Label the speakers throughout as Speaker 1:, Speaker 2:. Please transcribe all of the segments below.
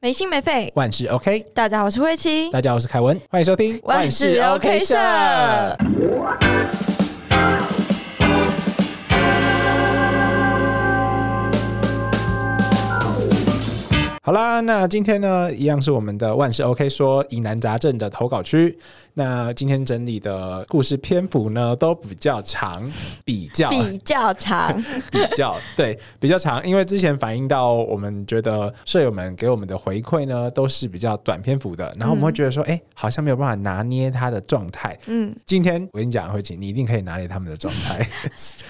Speaker 1: 没心没肺。
Speaker 2: 万事 OK。
Speaker 1: 大家好，我是慧琪，
Speaker 2: 大家好，我是凯文，欢迎收听
Speaker 1: 万事 OK 社。
Speaker 2: 好啦，那今天呢，一样是我们的万事 OK 说疑难杂症的投稿区。那今天整理的故事篇幅呢，都比较长，比较
Speaker 1: 比较长，
Speaker 2: 比较对比较长，因为之前反映到我们觉得舍友们给我们的回馈呢，都是比较短篇幅的，然后我们会觉得说，哎、好像没有办法拿捏他的状态。
Speaker 1: 嗯，
Speaker 2: 今天我跟你讲，慧琴，你一定可以拿捏他们的状态。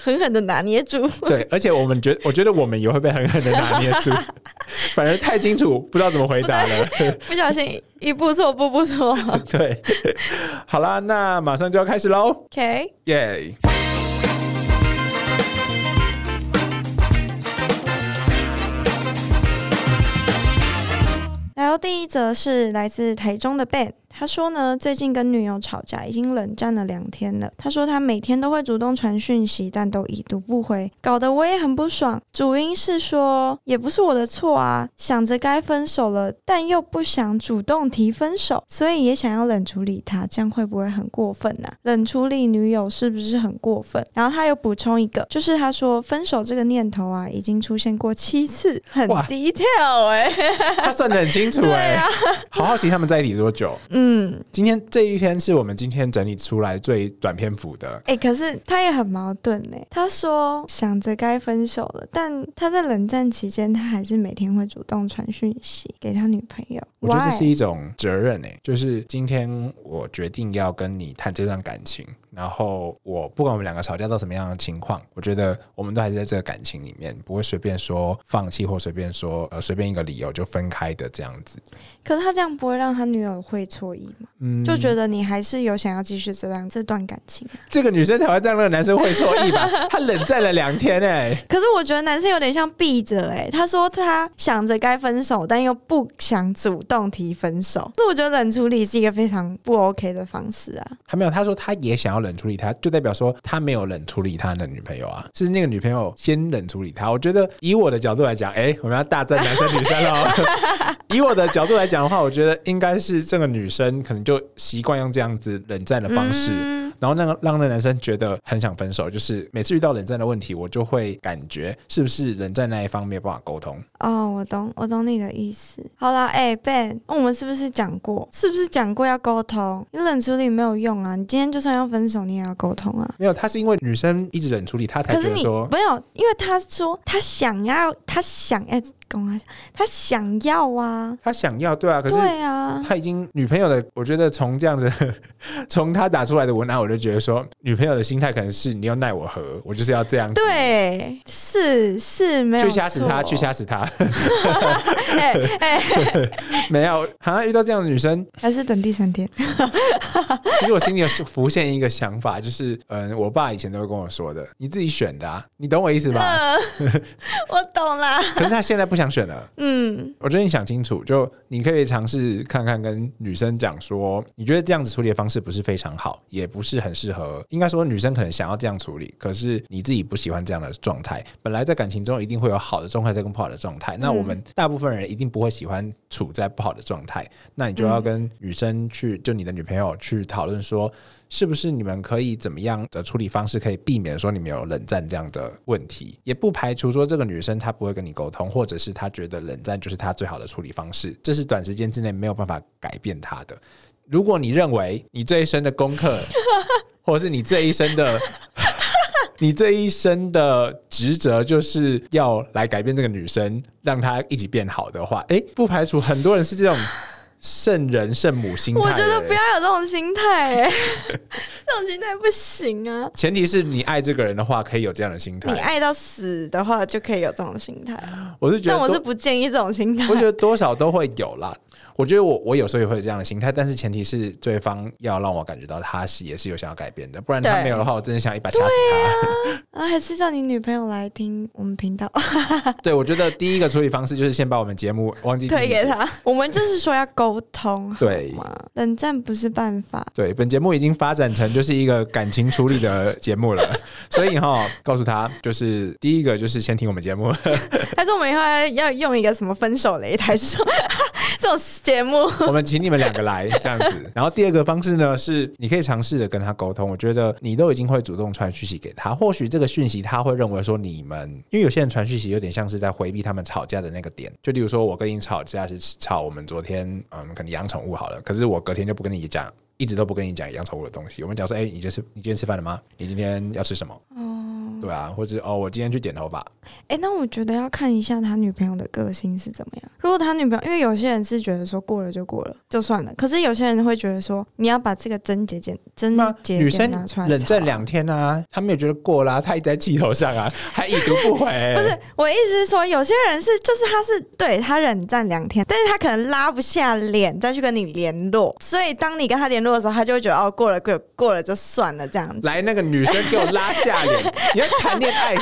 Speaker 1: 狠狠的拿捏住。
Speaker 2: 对，而且我们觉我觉得我们也会被狠狠的拿捏住，反而太清楚，不知道怎么回答了。
Speaker 1: 不小心一步错，步步错。
Speaker 2: 对，好啦，那马上就要开始喽，
Speaker 1: OK，
Speaker 2: 耶、
Speaker 1: 然后第一则是来自台中的 Ben，他说呢，最近跟女友吵架，已经冷战了两天了。他说他每天都会主动传讯息，但都已读不回，搞得我也很不爽。主因是说也不是我的错啊，想着该分手了，但又不想主动提分手，所以也想要冷处理他，这样会不会很过分呢、冷处理女友是不是很过分？然后他又补充一个，就是他说分手这个念头啊，已经出现过七次，很
Speaker 2: 哇
Speaker 1: detail 哎、
Speaker 2: 他算得很清楚哎、好好奇他们在一起多久？
Speaker 1: 嗯，
Speaker 2: 今天这一篇是我们今天整理出来最短篇幅的，
Speaker 1: 哎、可是他也很矛盾呢。他说想着该分手了，但他在冷战期间，他还是每天会主动传讯息给他女朋友。
Speaker 2: 我觉得这是
Speaker 1: Why？
Speaker 2: 一种责任诶、就是今天我决定要跟你谈这段感情，然后我不管我们两个吵架到什么样的情况，我觉得我们都还是在这个感情里面，不会随便说放弃或随便说呃随便一个理由就分开的这样子。
Speaker 1: 可是他这样不会让他女友会错意吗？
Speaker 2: 嗯，
Speaker 1: 就觉得你还是有想要继续这段这段感情啊。
Speaker 2: 这个女生才会让那个男生会错 意吧？他冷战了两天欸诶、
Speaker 1: 可是我觉得男生有点像避着哎，他说他想着该分手，但又不想主动提分手。这我觉得冷处理是一个非常不 OK 的方式啊。
Speaker 2: 他没有，他说他也想要冷处理他，就代表说他没有冷处理他的女朋友啊，是那个女朋友先冷处理他。我觉得以我的角度来讲，哎、我们要大战男生女生喽。 以我的角度来讲的话，我觉得应该是这个女生可能就习惯用这样子冷战的方式。
Speaker 1: 嗯
Speaker 2: 然后那个让那个男生觉得很想分手，就是每次遇到冷战的问题，我就会感觉是不是冷战那一方没有办法沟通。
Speaker 1: 哦，我懂，我懂你的意思。好啦，哎、b e n 我们是不是讲过？是不是讲过要沟通？你冷处理没有用啊！你今天就算要分手，你也要沟通啊。
Speaker 2: 没有，他是因为女生一直冷处理，他才
Speaker 1: 可
Speaker 2: 觉
Speaker 1: 是
Speaker 2: 得
Speaker 1: 你
Speaker 2: 说
Speaker 1: 没有，因为他说他想要，他想哎，跟我讲他想要啊，
Speaker 2: 他想要对啊，可是
Speaker 1: 对啊，
Speaker 2: 他已经女朋友的，我觉得从这样子， 从他打出来的文案，我就觉得说，女朋友的心态可能是你要奈我何，我就是要这样子，
Speaker 1: 对，是是没有
Speaker 2: 去掐死他，
Speaker 1: 错
Speaker 2: 去，掐死他，
Speaker 1: 哎哎、
Speaker 2: 没有，好像遇到这样的女生，
Speaker 1: 还是等第三 天。
Speaker 2: 其实我心里有浮现一个想法，就是，嗯，我爸以前都会跟我说的，你自己选的、啊，你懂我意思吧？
Speaker 1: 嗯，我懂啦。
Speaker 2: 可是他现在不想选了。
Speaker 1: 嗯，
Speaker 2: 我觉得你想清楚，就你可以尝试看看跟女生讲说，你觉得这样子处理的方式不是非常好，也不是很适合。应该说女生可能想要这样处理，可是你自己不喜欢这样的状态。本来在感情中一定会有好的状态，再跟不好的状态。那我们大部分人一定不会喜欢处在不好的状态，那你就要跟女生去，就你的女朋友去讨论说。是不是你们可以怎么样的处理方式可以避免说你们有冷战这样的问题？也不排除说这个女生她不会跟你沟通，或者是她觉得冷战就是她最好的处理方式，这是短时间之内没有办法改变她的。如果你认为你这一生的功课，或者是你这一生的。你这一生的职责就是要来改变这个女生，让她一起变好的话，诶、不排除很多人是这种圣人圣母心态、
Speaker 1: 我觉得
Speaker 2: 诶
Speaker 1: 不要有这种心态、哎， 这种心态不行啊。
Speaker 2: 前提是你爱这个人的话，可以有这样的心
Speaker 1: 你
Speaker 2: 态。
Speaker 1: 爱到死的话，就可以有这种心态，
Speaker 2: 我是觉
Speaker 1: 但
Speaker 2: 得
Speaker 1: 我
Speaker 2: 多，
Speaker 1: 是不建议这种心态。
Speaker 2: 我觉得多少都会有啦。我觉得我我有时候也会有这样的心态，但是前提是对方要让我感觉到他是也是有想要改变的，不然他
Speaker 1: 对
Speaker 2: 没有的话，我真的想一把掐死他。
Speaker 1: 啊，还是叫你女朋友来听我们频 道，
Speaker 2: 对，我觉得第一个处理方式就是先把我们节目忘记
Speaker 1: 推
Speaker 2: 第一
Speaker 1: 给
Speaker 2: 集。
Speaker 1: 她。我们就是说要沟通，
Speaker 2: 对
Speaker 1: 好吗？冷战不是办法。
Speaker 2: 对，本节目已经发展成就是一个感情处理的节目了，所以哈，告诉他就是第一个就是先听我们节目，
Speaker 1: 还是我们以后要用一个什么分手擂台这种 这种节目？
Speaker 2: 我们请你们两个来这样子。 然后第二个方式呢，是你可以尝试着跟他沟通。我觉得你都已经会主动传讯息给他，或许这个讯息他会认为说你们，因为有些人传讯息有点像是在回避他们吵架的那个点。就例如说，我跟你吵架是吵我们昨天嗯，可能养宠物好了，可是我隔天就不跟你讲。一直都不跟你讲养宠物的东西，我们讲说，哎、你这是你今天吃饭了吗？你今天要吃什么？对啊，或者哦，我今天去剪头发，
Speaker 1: 哎、那我觉得要看一下他女朋友的个性是怎么样。如果他女朋友，因为有些人是觉得说过了就过了，就算了。可是有些人会觉得说，你要把这个症结点、症
Speaker 2: 那
Speaker 1: 结
Speaker 2: 女
Speaker 1: 点
Speaker 2: 生
Speaker 1: 拿出来吵啊。
Speaker 2: 冷战两天啊，她没有觉得过啦、她一直在气头上啊，还已读不回、
Speaker 1: 不是，我意思是说，有些人是就是他是对他忍战两天，但是他可能拉不下脸再去跟你联络，所以当你跟他联络的时候，他就会觉得哦，过了过过了就算了这样子，
Speaker 2: 来那个女生给我拉下 脸，你要谈恋爱，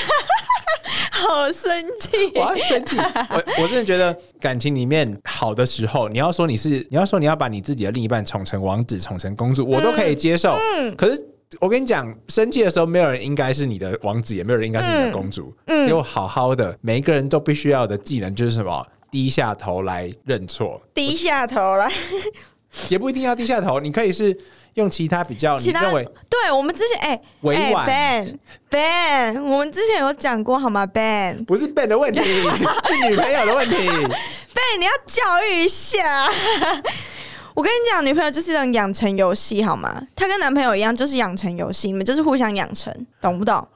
Speaker 1: 好生气
Speaker 2: 我。要生 气。我我真的觉得感情里面好的时候，你要说你是，你要说你要把你自己的另一半宠成王子、宠成公主，
Speaker 1: 嗯
Speaker 2: 我都可以接受。可是。我跟你讲，生气的时候，没有人应该是你的王子，也没有人应该是你的公主。嗯，有好好的，每一个人都必须要的技能就是什么？低下头来认错，
Speaker 1: 低下头来，
Speaker 2: 哦也不一定要低下头，你可以是用其他比较你
Speaker 1: 其他哎
Speaker 2: 认为
Speaker 1: 对我们之前哎
Speaker 2: 委
Speaker 1: 哎、
Speaker 2: 婉
Speaker 1: Ben Ben，我们之前有讲过好吗？Ben
Speaker 2: 不是 Ben 的问题，是女朋友的问题。
Speaker 1: Ben，你要教育一下。 我跟你讲，女朋友就是一种养成游戏，好吗？她跟男朋友一样，就是养成游戏，你们就是互相养成，懂不懂？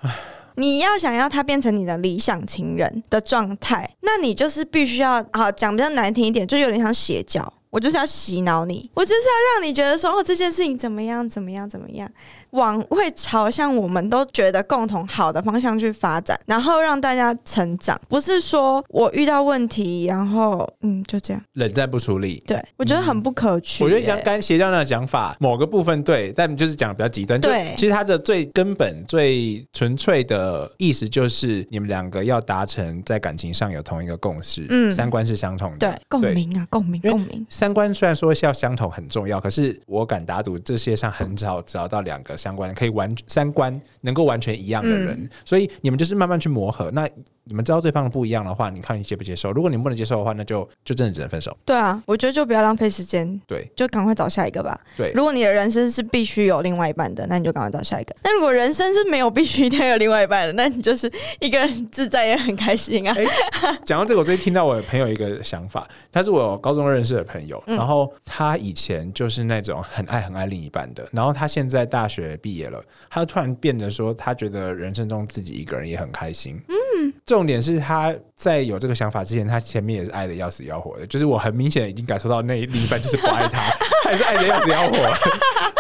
Speaker 1: 你要想要他变成你的理想情人的状态，那你就是必须要好讲比较难听一点，就有点像邪教。我就是要洗脑你，我就是要让你觉得说哦这件事情怎么样怎么样怎么样，往会朝向我们都觉得共同好的方向去发展，然后让大家成长，不是说我遇到问题，然后嗯就这样。
Speaker 2: 冷战不处理。
Speaker 1: 对，我觉得很不可取、
Speaker 2: 嗯我觉得讲
Speaker 1: 欸
Speaker 2: 跟邪教那个讲法，某个部分对，但就是讲得比较极端。就
Speaker 1: 对
Speaker 2: 其实它的最根本、最纯粹的意思就是，你们两个要达成在感情上有同一个共识，
Speaker 1: 嗯
Speaker 2: 三观是相同的。
Speaker 1: 对共鸣啊，共鸣，
Speaker 2: 因为
Speaker 1: 共鸣。
Speaker 2: 三观虽然说是要相同很重要，可是我敢打赌，这世界上很少找到两个相关可以完三观能够完全一样的人。所以你们就是慢慢去磨合。那你们知道对方不一样的话，你看你接不接受？如果你们不能接受的话，那就就真的只能分手。
Speaker 1: 对啊，我觉得就不要浪费时间，
Speaker 2: 对
Speaker 1: 就赶快找下一个吧。
Speaker 2: 对
Speaker 1: 如果你的人生是必须有另外一半的，那你就赶快找下一个。那如果人生是没有必须一定要有另外一半的，那你就是一个人自在也很开心啊。
Speaker 2: 讲到这个，我最近听到我的朋友一个想法，他是我高中认识的朋友，然后他以前就是那种很爱很爱另一半的，然后他现在大学毕业了，他突然变得说，他觉得人生中自己一个人也很开心。嗯，重点是他在有这个想法之前，他前面也是爱的要死要活的，就是我很明显已经感受到那另一半就是不爱他，他也是爱的要死要活。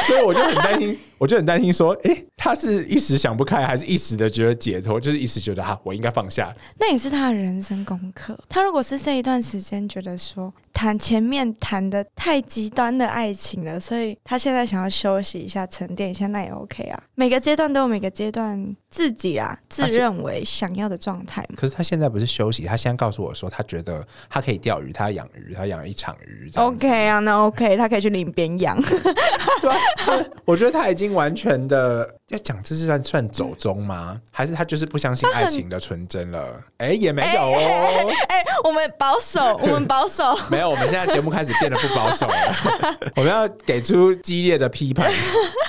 Speaker 2: 所以我就很担心，我就很担心说，诶，他是一时想不开，还是一时的觉得解脱，就是一时觉得哈、啊，我应该放下，
Speaker 1: 那也是他的人生功课。他如果是这一段时间觉得说谈前面谈的太极端的爱情了，所以他现在想要休息一下、沉淀一下，那也 OK 啊。每个阶段都有每个阶段自己啊自
Speaker 2: 而且
Speaker 1: 认为想要的状态嘛。
Speaker 2: 可是他现在不是休息，他现在告诉我说，他觉得他可以钓鱼，他养鱼，他养了一场鱼这样子。
Speaker 1: OK 啊，那 OK，他可以去领边养。
Speaker 2: 对啊、我觉得他已经完全的要讲，这是算算走中吗？还是他就是不相信爱情的纯真了？哎、也没有哦，
Speaker 1: 哎、 我们保守，我们保守。
Speaker 2: 没有。我们现在节目开始变得不保守了，我们要给出激烈的批判。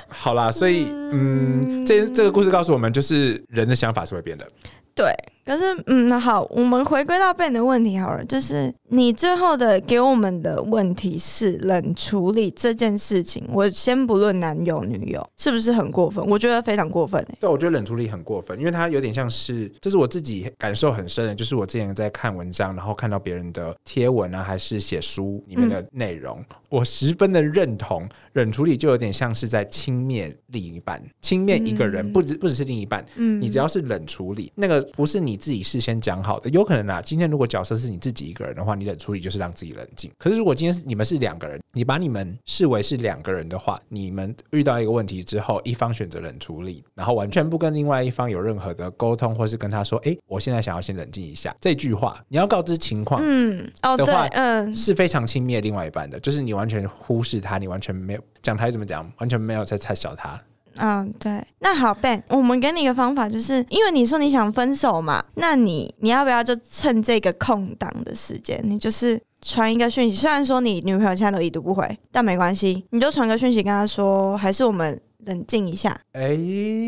Speaker 2: 好啦，所以嗯，这这个故事告诉我们，就是人的想法是会变的。
Speaker 1: 对，可是嗯，那好，我们回归到 Ben 的问题好了，就是你最后的给我们的问题是冷处理这件事情，我先不论男友女友是不是很过分，我觉得非常过分、欸、
Speaker 2: 对，我觉得冷处理很过分，因为它有点像是，这是我自己感受很深的，就是我之前在看文章，然后看到别人的贴文啊，还是写书里面的内容，我十分的认同，冷处理就有点像是在轻蔑另一半，轻蔑一个人，不只不只是另一半，
Speaker 1: 嗯
Speaker 2: 你只要是冷处理，那个不是你自己事先讲好的，有可能啊，今天如果角色是你自己一个人的话，你冷处理就是让自己冷静。可是如果今天是你们是两个人，你把你们视为是两个人的话，你们遇到一个问题之后，一方选择冷处理，然后完全不跟另外一方有任何的沟通，或是跟他说，诶，我现在想要先冷静一下，这句话你要告知情况。
Speaker 1: 嗯，哦
Speaker 2: 的
Speaker 1: 对
Speaker 2: 话，
Speaker 1: 嗯，
Speaker 2: 是非常轻蔑另外一半的，就是你完全忽视他，你完全没有讲台语怎么讲，完全没有在嘲笑他，
Speaker 1: 嗯，对。那好，Ben，我们给你一个方法，就是因为你说你想分手嘛，那你你要不要就趁这个空档的时间，你就是传一个讯息？虽然说你女朋友现在都已读不回，但没关系，你就传个讯息跟她说，还是我们冷静一下。
Speaker 2: 哎、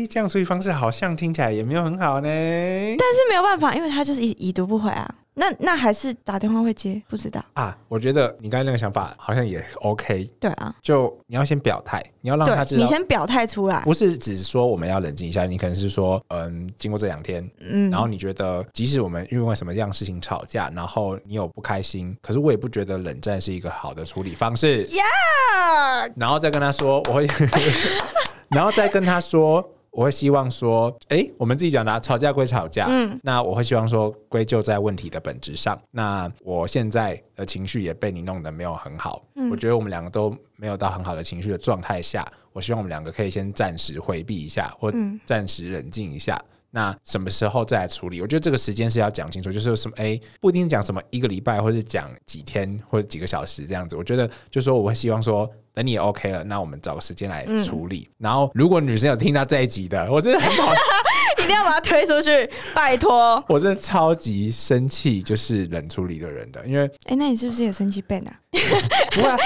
Speaker 2: 这样处理方式好像听起来也没有很好呢。
Speaker 1: 但是没有办法，因为她就是已已读不回啊。那那还是打电话会接，不知道。
Speaker 2: 啊，我觉得你刚才那个想法好像也 OK，
Speaker 1: 对啊，
Speaker 2: 就你要先表态，你要让他知
Speaker 1: 对你
Speaker 2: 道，
Speaker 1: 先表态出来。
Speaker 2: 不是只说我们要冷静一下，你可能是说，嗯，经过这两天，
Speaker 1: 嗯，
Speaker 2: 然后你觉得即使我们因为什么样的事情吵架，然后你有不开心，可是我也不觉得冷战是一个好的处理方式，
Speaker 1: 啊，
Speaker 2: 然后再跟他说，我会， 然后再跟他说。我会希望说，哎、我们自己讲的、啊，吵架归吵架，嗯，那我会希望说，归咎在问题的本质上。那我现在的情绪也被你弄得没有很好，我觉得我们两个都没有到很好的情绪的状态下，我希望我们两个可以先暂时回避一下，或暂时冷静一下。那什么时候再来处理？我觉得这个时间是要讲清楚，就是什么诶，不一定讲什么一个礼拜，或是讲几天或者几个小时这样子。我觉得就说我会希望说，等你也 OK 了，那我们找个时间来处理。然后如果女生有听到这一集的，我真的很 好，
Speaker 1: 一定要把他推出去，拜托。
Speaker 2: 我真的超级生气，就是冷处理的人的，因为
Speaker 1: 哎、那你是不是也生气 Ben 啊
Speaker 2: 不会、啊，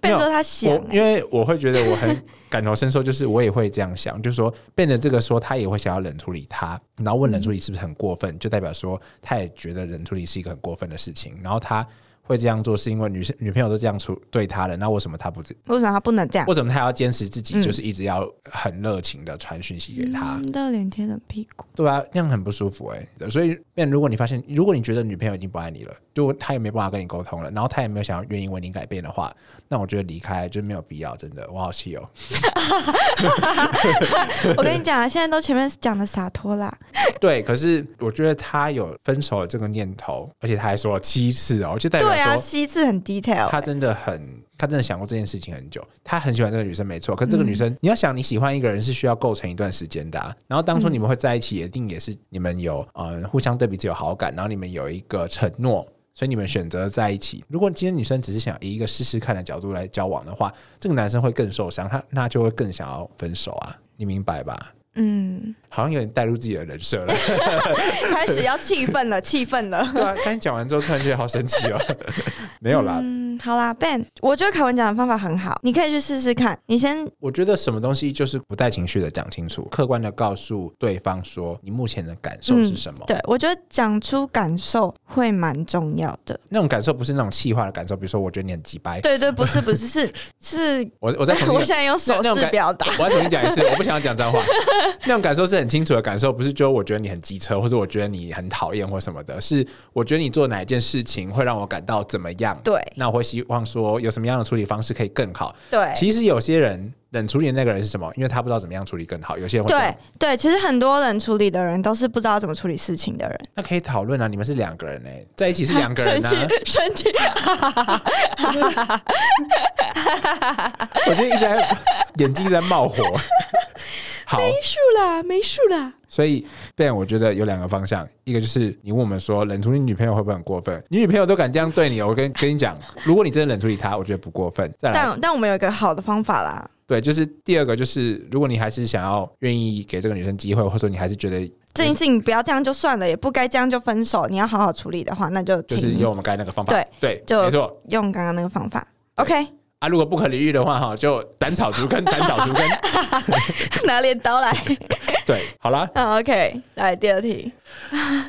Speaker 2: 没
Speaker 1: ？Ben
Speaker 2: 有
Speaker 1: 说他想、啊
Speaker 2: 我因为我会觉得我很感同身受，就是我也会这样想，就是说变得这个说他也会想要冷处理他，然后问冷处理是不是很过分，就代表说他也觉得冷处理是一个很过分的事情，然后他会这样做是因为女生女朋友都这样处对他了，那为什么他不自？
Speaker 1: 为什么他不能这样？
Speaker 2: 为什么他要坚持自己，就是一直要很热情的传讯息给他？
Speaker 1: 嗯热脸贴冷屁 股，
Speaker 2: 对啊，那样很不舒服哎、所以，变如果你发现，如果你觉得女朋友已经不爱你了，就她也没办法跟你沟通了，然后她也没有想要愿意为你改变的话，那我觉得离开就没有必要，真的，我好气哦。
Speaker 1: 我跟你讲啊，现在都前面讲的洒脱啦，
Speaker 2: 对，可是我觉得她有分手的这个念头，而且她还说了七次哦，就 代表
Speaker 1: 对啊，
Speaker 2: 说
Speaker 1: 七次哦很 detail，
Speaker 2: 她真的很。她真的想过这件事情很久，她很喜欢这个女生，没错。可是
Speaker 1: 嗯
Speaker 2: 这个女生，你要想你喜欢一个人是需要构成一段时间的、啊。然后
Speaker 1: 嗯
Speaker 2: 当初你们会在一起，一定也是你们有呃互相对彼此有好感，然后你们有一个承诺，所以你们选择在一起。如果今天女生只是想以一个试试看的角度来交往的话，这个男生会更受伤，他那就会更想要分手啊，你明白吧？
Speaker 1: 嗯，
Speaker 2: 好像有点带入自己的人设了。
Speaker 1: 开始要气愤了，气愤了。
Speaker 2: 对啊，刚才讲完之后，突然觉得好神奇哦。 没有啦，
Speaker 1: 嗯，好啦，Ben，我觉得凯文讲的方法很好，你可以去试试看。你先，
Speaker 2: 我觉得什么东西就是不带情绪的讲清楚，客观的告诉对方说你目前的感受是什么。
Speaker 1: 嗯对我觉得讲出感受会蛮重要的。
Speaker 2: 那种感受不是那种气话的感受，比如说我觉得你很鸡掰。
Speaker 1: 对对，不是不是是是，
Speaker 2: 欸 我我再 重
Speaker 1: 我
Speaker 2: 新
Speaker 1: 现在用手
Speaker 2: 那那种
Speaker 1: 势
Speaker 2: 感
Speaker 1: 表达。
Speaker 2: 我再重新讲 一次，我不想要讲脏话。那种感受是很清楚的感受，不是就我觉得你很机车，或者我觉得你很讨厌或什么的，是我觉得你做哪一件事情会让我感到怎么样。
Speaker 1: 对
Speaker 2: 那我会希望说有什么样的处理方式可以更好。
Speaker 1: 对，
Speaker 2: 其实有些人冷处理的那个人是什么？因为他不知道怎么样处理更好。有些人会这样
Speaker 1: 对对，其实很多人处理的人都是不知道怎么处理事情的人。
Speaker 2: 那可以讨论啊，你们是两个人哎、在一起是两个人啊
Speaker 1: 生。气，生气，
Speaker 2: 我现在一直在眼睛一直在冒火。 好，
Speaker 1: 没数啦，没数啦。
Speaker 2: 所以但我觉得有两个方向，一个就是你问我们说冷处理你女朋友会不会很过分？你女朋友都敢这样对你，我跟跟你讲，如果你真的冷处理她，我觉得不过分。再来，
Speaker 1: 但但我们有一个好的方法啦，
Speaker 2: 对，就是第二个就是，如果你还是想要愿意给这个女生机会，或者说你还是觉得
Speaker 1: 这件事情不要这样就算了，也不该这样就分手。你要好好处理的话，那就
Speaker 2: 就
Speaker 1: 请
Speaker 2: 是
Speaker 1: 你
Speaker 2: 用我们刚才那个方法，对，
Speaker 1: 就
Speaker 2: 没错
Speaker 1: 用刚刚那个方法。
Speaker 2: 对
Speaker 1: OK，
Speaker 2: 啊。如果不可理喻的话，哈，就斩草除根，斩草除根。
Speaker 1: 拿镰刀来。
Speaker 2: 对，好啦，
Speaker 1: 嗯，OK，来第二题，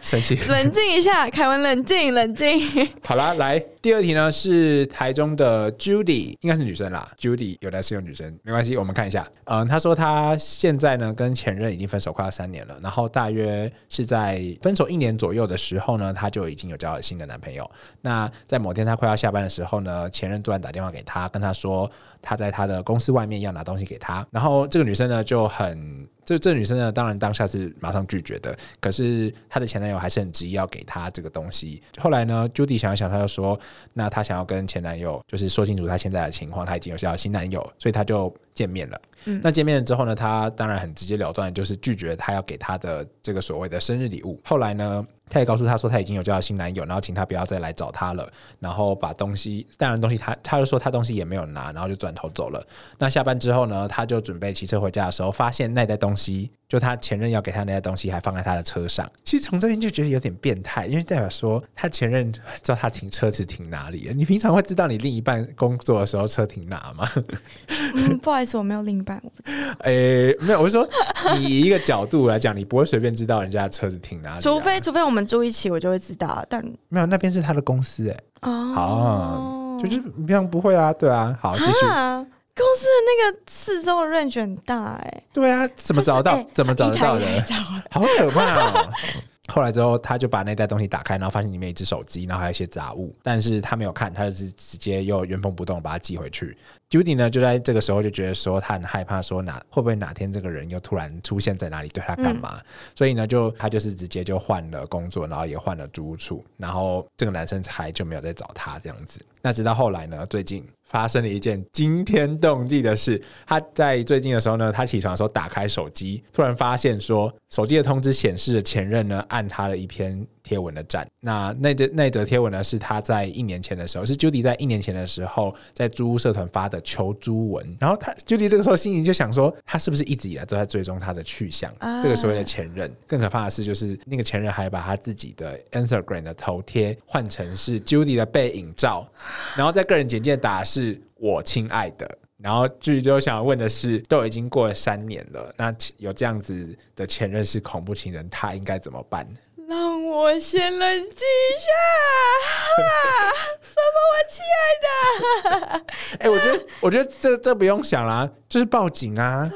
Speaker 2: 生气。
Speaker 1: 冷静一下，凯文，冷静，冷静。
Speaker 2: 好啦，来第二题呢是台中的 Judy，应该是女生啦。Judy 有的是有女生，没关系，我们看一下。嗯，她说她现在呢跟前任已经分手快要三年了，然后大约是在分手一年左右的时候呢，她就已经有交了新的男朋友。那在某天她快要下班的时候呢，前任突然打电话给她，跟她说她在她的公司外面要拿东西给她，然后这个女生呢就很。这这女生呢，当然当下是马上拒绝的，可是她的前男友还是很执意要给她这个东西。后来呢，Judy 想一想，她就说，那她想要跟前男友就是说清楚她现在的情况，她已经有交新男友，所以她就见面了。那见面了之后呢，她当然很直截了当，就是拒绝他要给她的这个所谓的生日礼物。后来呢，他也告诉他说他已经有交到新男友，然后请他不要再来找他了，然后把东西，当然东西他他就说他东西也没有拿，然后就转头走了。那下班之后呢，他就准备骑车回家的时候，发现那袋东西，就他前任要给他那袋东西还放在他的车上。其实从这边就觉得有点变态，因为代表说他前任 知道他停车子停哪里。你平常会知道你另一半工作的时候车停哪吗？
Speaker 1: 嗯，不好意思，我没有另一半，我不
Speaker 2: 诶、没有，我是说你以一个角度来讲，你不会随便知道人家的车子停哪里啊、
Speaker 1: 除非除非我们住一起，我就会知道。但
Speaker 2: 没有，那边是他的公司、诶，
Speaker 1: 哦，
Speaker 2: 好就是平常不会啊，对啊，好，继续，
Speaker 1: 啊，公司的那个四周的 range 很大哎、
Speaker 2: 对啊，怎么找得到？
Speaker 1: 就是哎
Speaker 2: 怎么找得到的？
Speaker 1: 一台一台找的
Speaker 2: 好可怕、哦！后来之后，他就把那袋东西打开，然后发现里面有一只手机，然后还有一些杂物，但是他没有看，他就直直接又原封不动把它寄回去。Judy 呢，就在这个时候就觉得说，他很害怕，说哪会不会哪天这个人又突然出现在哪里对他
Speaker 1: 嗯
Speaker 2: 干嘛？所以呢，就他就是直接就换了工作，然后也换了租屋处，然后这个男生才就没有再找他这样子。那直到后来呢，最近发生了一件惊天动地的事。他在最近的时候呢，他起床的时候打开手机，突然发现说，手机的通知显示了前任呢按他的一篇贴文的赞。那那则那则贴文呢，是他在一年前的时候，是 Judy 在一年前的时候在租屋社团发的求租文。然后他 Judy 这个时候心里就想说，他是不是一直以来都在追踪他的去向？
Speaker 1: 啊
Speaker 2: 这个所谓的前任，更可怕的是，就是那个前任还把他自己的 Instagram 的头贴换成是 Judy 的背影照，然后在个人简介打是我亲爱的。然后至于就想问的是，都已经过了三年了，那有这样子的前任是恐怖情人，他应该怎么办？
Speaker 1: 让我先冷静一下。什么？我亲爱的？
Speaker 2: 哎、我觉得，我觉得这这不用想啦，就是报警啊！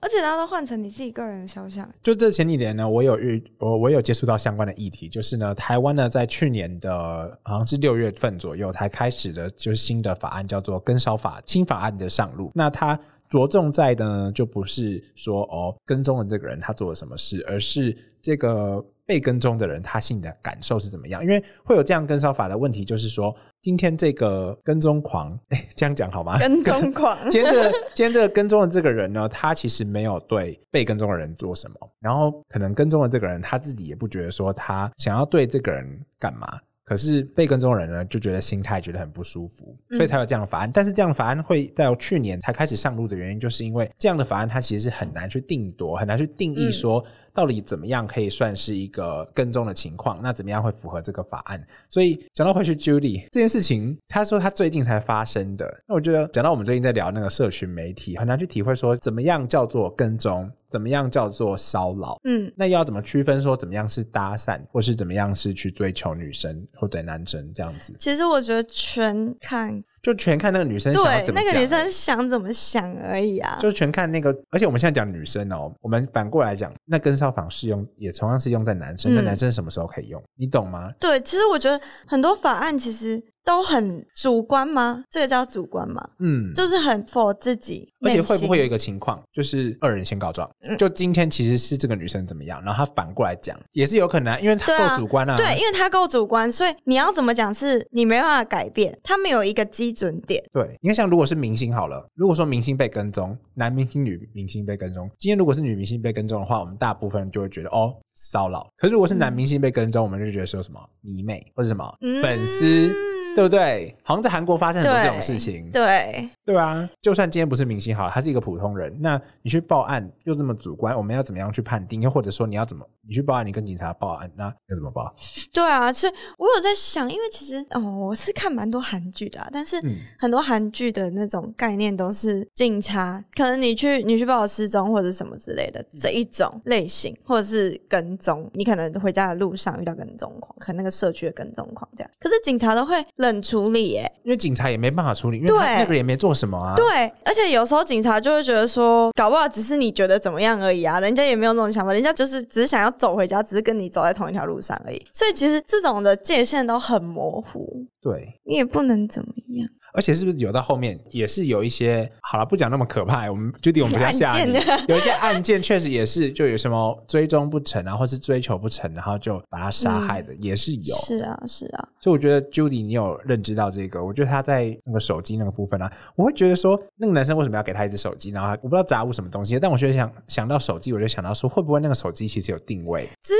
Speaker 1: 而且他都换成你自己个人的肖像，
Speaker 2: 就这前几年呢，我有遇我我有接触到相关的议题，就是呢，台湾呢在去年的呃好像是六月份左右才开始的，就是新的法案叫做《跟梢法》新法案的上路。那它着重在的呢，就不是说哦跟踪的这个人他做了什么事，而是这个被跟踪的人他心里的感受是怎么样。因为会有这样跟梢法的问题，就是说今天这个跟踪狂， 哎，这样讲好吗？
Speaker 1: 跟踪 狂。
Speaker 2: 今天这个今天这个跟踪的这个人呢，他其实没有对被跟踪的人做什么，然后可能跟踪的这个人他自己也不觉得说他想要对这个人干嘛。可是被跟踪的人呢，就觉得心态觉得很不舒服，所以才有这样的法案。但是这样的法案会在去年才开始上路的原因，就是因为这样的法案它其实是很难去定夺，很难去定义说到底怎么样可以算是一个跟踪的情况，那怎么样会符合这个法案。所以讲到回去 Judy 这件事情，他说他最近才发生的。那我觉得讲到我们最近在聊那个社群媒体，很难去体会说怎么样叫做跟踪，怎么样叫做骚扰。
Speaker 1: 嗯，
Speaker 2: 那要怎么区分说怎么样是搭讪，或是怎么样是去追求女生或者男生这样子？
Speaker 1: 其实我觉得全看
Speaker 2: 就全看那个女生想要
Speaker 1: 对
Speaker 2: 怎么
Speaker 1: 那
Speaker 2: 讲。
Speaker 1: 个女生想怎么想而已啊。
Speaker 2: 就是全看那个，而且我们现在讲女生哦，我们反过来讲，那跟骚法适用也同样适用在男生，
Speaker 1: 嗯
Speaker 2: 那、男生什么时候可以用？你懂吗？
Speaker 1: 对，其实我觉得很多法案其实都很主观吗？这个叫主观吗？
Speaker 2: 嗯，
Speaker 1: 就是很 for 自己内
Speaker 2: 而
Speaker 1: 心，嗯
Speaker 2: 且会不会有一个情况，就是二人先告状？就今天其实是这个女生怎么样，然后她反过来讲，也是有可能、啊，因为她
Speaker 1: 对啊
Speaker 2: 够主观啊。
Speaker 1: 对，因为他够主观，所以你要怎么讲是你没办法改变，他没有一个基准点。
Speaker 2: 对，你看像如果是明星好了，如果说明星被跟踪，男明星、女明星被跟踪，今天如果是女明星被跟踪的话，我们大部分就会觉得哦骚扰。可是如果是男明星被跟踪，我们就觉得说什么迷妹或者什么、
Speaker 1: 嗯
Speaker 2: 粉丝，对不对？好像在韩国发生很多这种
Speaker 1: 对
Speaker 2: 事情。
Speaker 1: 对，
Speaker 2: 对啊，就算今天不是明星好了，他是一个普通人，那你去报案又这么主观，我们要怎么样去判定？又或者说你要怎么，你去报案，你跟警察报案，那要怎么报？
Speaker 1: 对啊，所以我有在想，因为其实哦，我是看蛮多韩剧的、啊，但是
Speaker 2: 嗯
Speaker 1: 很多韩剧的那种概念都是警察，可能你去你去报失踪或者什么之类
Speaker 2: 嗯
Speaker 1: 的这一种类型，或者是跟踪，你可能回家的路上遇到跟踪狂，可能那个社区的跟踪狂这样，可是警察都会冷处理耶、
Speaker 2: 因为警察也没办法处理，因为他
Speaker 1: 对
Speaker 2: 那个人也没做什么啊。
Speaker 1: 对，而且有时候警察就会觉得说，搞不好只是你觉得怎么样而已啊，人家也没有那种想法，人家就是只是想要走回家，只是跟你走在同一条路上而已。所以其实这种的界限都很模糊，
Speaker 2: 对，
Speaker 1: 你也不能怎么样。
Speaker 2: 而且是不是有到后面也是有一些好了，不讲那么可怕，我们 Judy 我
Speaker 1: 啊
Speaker 2: 们不要吓你
Speaker 1: 案件，
Speaker 2: 有一些案件确实也是就有什么追踪不成啊，或是追求不成，然后就把他杀害的、也是有。
Speaker 1: 是啊，是啊，
Speaker 2: 所以我觉得 Judy 你有认知到这个，我觉得他在那个手机那个部分啊，我会觉得说那个男生为什么要给他一只手机，然后他我不知道杂物什么东西，但我觉得想想到手机，我就想到说会不会那个手机其实有定位，
Speaker 1: 对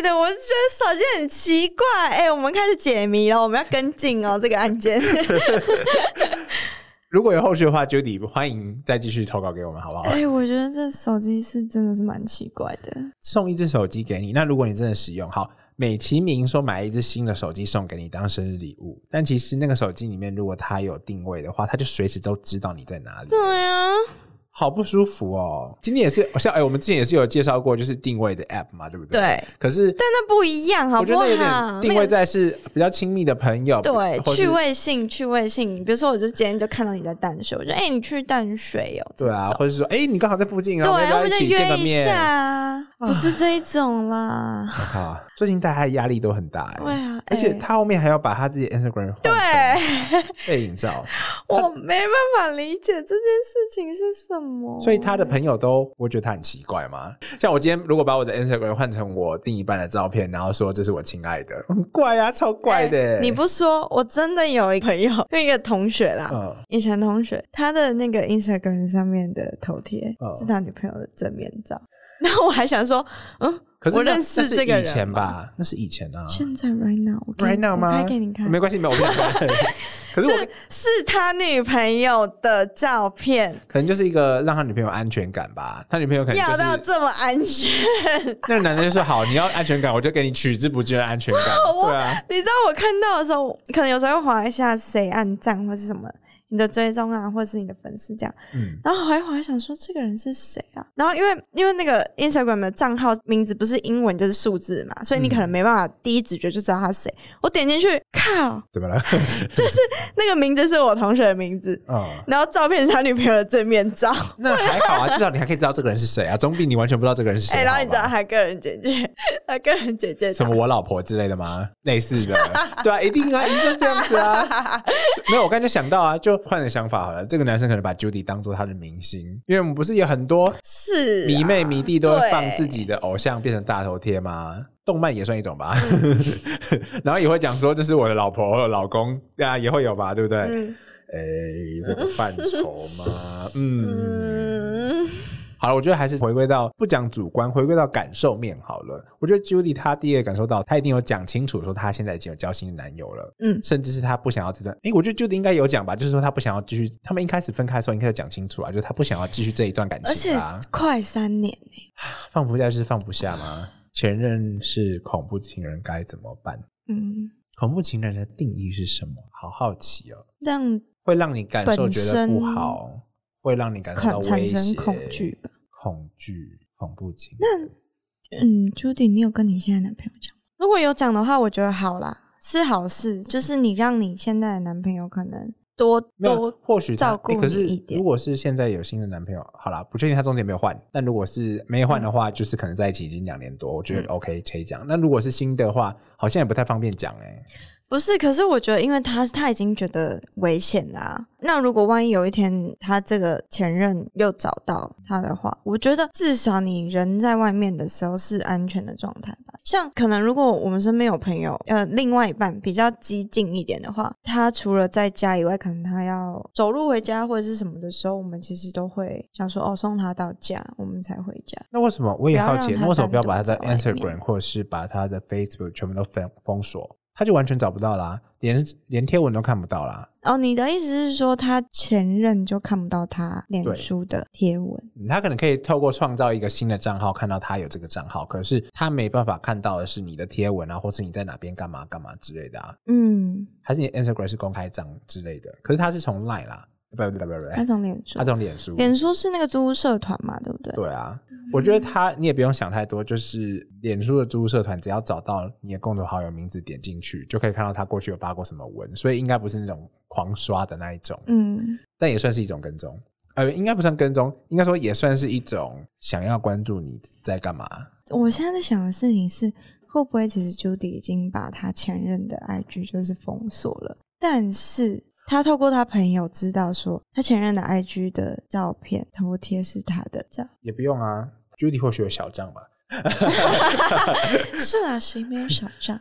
Speaker 1: 类的，我是觉得少见很奇怪。哎、我们开始解谜了，我们要跟进哦这个案 件。
Speaker 2: 如果有后续的话，Judy 欢迎再继续投稿给我们，好不好？
Speaker 1: 哎、我觉得这手机是真的是蛮奇怪的。
Speaker 2: 送一只手机给你。那如果你真的使用，好，美其名说买一只新的手机送给你当生日礼物，但其实那个手机里面如果它有定位的话，它就随时都知道你在哪里，
Speaker 1: 对啊，
Speaker 2: 好不舒服哦。今天也是，像哎、我们之前也是有介绍过，就是定位的 app 嘛，对不对？。
Speaker 1: 对，
Speaker 2: 可是
Speaker 1: 但那不一样，好
Speaker 2: 我觉
Speaker 1: 不好？
Speaker 2: 得那有点定位在是比较亲密的朋友，
Speaker 1: 对，
Speaker 2: 或是
Speaker 1: 趣。味性，趣味性。比如说，我就今天就看到你在淡水，我就哎、你去淡水哦、这
Speaker 2: 对啊，
Speaker 1: 种
Speaker 2: 或者是说，哎、你刚好在附近啊，
Speaker 1: 对，
Speaker 2: 我们要
Speaker 1: 我
Speaker 2: 不要
Speaker 1: 们就
Speaker 2: 一起见
Speaker 1: 约
Speaker 2: 个
Speaker 1: 一
Speaker 2: 面
Speaker 1: 下啊，不是这一种 啦。
Speaker 2: 啊？最近大家压力都很大、哎
Speaker 1: 对啊，
Speaker 2: 而且
Speaker 1: 哎
Speaker 2: 他后面还要把他自己的 Instagram 对
Speaker 1: 对
Speaker 2: 背影照，
Speaker 1: 我没办法理解这件事情是什么，
Speaker 2: 所以他的朋友都不会觉得他很奇怪吗？像我今天如果把我的 Instagram 换成我另一半的照片，然后说这是我亲爱的，很怪啊，超怪的、
Speaker 1: 哎你不说，我真的有一个朋友，那个同学啦。
Speaker 2: 嗯，
Speaker 1: 以前同学，他的那个 Instagram 上面的头贴、
Speaker 2: 嗯
Speaker 1: 是他女朋友的正面照， 然后我还想说，嗯，
Speaker 2: 可是
Speaker 1: 我
Speaker 2: 那
Speaker 1: 认识
Speaker 2: 那是
Speaker 1: 这个人
Speaker 2: 以前吧，那是以前啊
Speaker 1: 现在 right now 我给你
Speaker 2: ，right now
Speaker 1: 我
Speaker 2: 吗？
Speaker 1: 拍给你看，
Speaker 2: 没关系，没有我不想看。 可是我
Speaker 1: 是他女朋友的照片，
Speaker 2: 可能就是一个让他女朋友安全感吧，他女朋友可能
Speaker 1: 要到
Speaker 2: 就是
Speaker 1: 这么安全？
Speaker 2: 那个男的就说好，你要安全感，我就给你取之不尽的安全感，
Speaker 1: 我
Speaker 2: 对啊，
Speaker 1: 你知道我看到的时候，可能有时候会划一下谁按赞或是什么。你的追踪啊，或者是你的粉丝这样，
Speaker 2: 嗯
Speaker 1: 然后还还想说这个人是谁啊？然后因为因为那个 Instagram 的账号名字不是英文就是数字嘛，所以你可能没办法第一直觉就知道他是谁。我点进去，靠，
Speaker 2: 怎么了？
Speaker 1: 那个名字是我同学的名字，
Speaker 2: 嗯，
Speaker 1: 然后照片是他女朋友的正面照，
Speaker 2: 那还好啊，至少你还可以知道这个人是谁啊，总比你完全不知道这个人是谁
Speaker 1: 哎、
Speaker 2: 好吧。
Speaker 1: 然后你知道他个人简介，他个人简介
Speaker 2: 什么我老婆之类的吗？类似 的，对啊，一定啊，一定这样子啊。没有，我刚才就想到啊，就换个想法好了。这个男生可能把 Judy 当做他的明星，因为我们不是有很多
Speaker 1: 是啊
Speaker 2: 迷妹迷弟都会放
Speaker 1: 对
Speaker 2: 自己的偶像变成大头贴吗？动漫也算一种吧，
Speaker 1: 嗯
Speaker 2: 然后也会讲说这是我的老婆、我的老公，对啊，也会有吧，对不对？
Speaker 1: 嗯
Speaker 2: 哎、这个范畴嘛，嗯
Speaker 1: 嗯，
Speaker 2: 好了，我觉得还是回归到不讲主观，回归到感受面好了。我觉得 Judy 她第一个感受到，她一定有讲清楚说她现在已经有交新的男友了，
Speaker 1: 嗯
Speaker 2: 甚至是她不想要这段。诶，我觉得 Judy 应该有讲吧，就是说她不想要继续。他们一开始分开的时候，应该就讲清楚啊，就是她不想要继续这一段感
Speaker 1: 而且
Speaker 2: 情啊。
Speaker 1: 快三年欸、
Speaker 2: 放不下就是放不下吗？前任是恐怖情人该怎么办？
Speaker 1: 嗯，
Speaker 2: 恐怖情人的定义是什么？好好奇哦，
Speaker 1: 让
Speaker 2: 会让你感受觉得不好，会让你感受到
Speaker 1: 产
Speaker 2: 威
Speaker 1: 产
Speaker 2: 胁、
Speaker 1: 生恐惧、吧。
Speaker 2: 恐惧、恐怖情人。
Speaker 1: 嗯，Judy，你有跟你现在男朋友讲吗？如果有讲的话，我觉得好啦，是好事，就是你让你现在的男朋友可能多
Speaker 2: 没有
Speaker 1: 多，
Speaker 2: 或许他
Speaker 1: 照顾
Speaker 2: 欸可是
Speaker 1: 你一点
Speaker 2: 如果是现在有新的男朋友，好啦，不确定他中间有没有换。但如果是没换的话，
Speaker 1: 嗯
Speaker 2: 就是可能在一起已经两年多，我觉得 OK 可以讲。那如果是新的话，好像也不太方便讲哎、
Speaker 1: 不是？可是我觉得，因为他他已经觉得危险啦、那如果万一有一天他这个前任又找到他的话，我觉得至少你人在外面的时候是安全的状态吧。像可能如果我们身边有朋友，呃，另外一半比较激进一点的话，他除了在家以外，可能他要走路回家或者是什么的时候，我们其实都会想说，哦，送他到家，我们才回家。
Speaker 2: 那为什么我也好
Speaker 1: 不
Speaker 2: 奇，
Speaker 1: 要让他
Speaker 2: 那为什么不要把他的
Speaker 1: 单独在外面
Speaker 2: Instagram 或者是把他的 Facebook 全部都封封锁？他就完全找不到啦，连连贴文都看不到啦。
Speaker 1: 哦，你的意思是说，他前任就看不到他脸
Speaker 2: 对
Speaker 1: 书的贴文？
Speaker 2: 嗯他可能可以透过创造一个新的账号，看到他有这个账号，可是他没办法看到的是你的贴文啊，或是你在哪边干嘛干嘛之类的啊，
Speaker 1: 嗯，
Speaker 2: 还是你的 Instagram 是公开账之类的。可是他是从 Line 啦，不不不不不，
Speaker 1: 那种脸书
Speaker 2: 哎他，从脸书，
Speaker 1: 脸书是那个租屋社团嘛，对不对？
Speaker 2: 对啊，我觉得他你也不用想太多，就是脸书的租屋社团，只要找到你的共同好友名字，点进去就可以看到他过去有发过什么文，所以应该不是那种狂刷的那一种，
Speaker 1: 嗯，
Speaker 2: 但也算是一种跟踪。呃，应该不算跟踪，应该说也算是一种想要关注你在干嘛。
Speaker 1: 我现在在想的事情是，会不会其实 Judy 已经把她前任的 IG 就是封锁了，但是她透过她朋友知道说，她前任的 IG 的照片头贴是她的照，
Speaker 2: 也不用啊，Judy 或许有小账吧。
Speaker 1: 是啊，谁没有小账？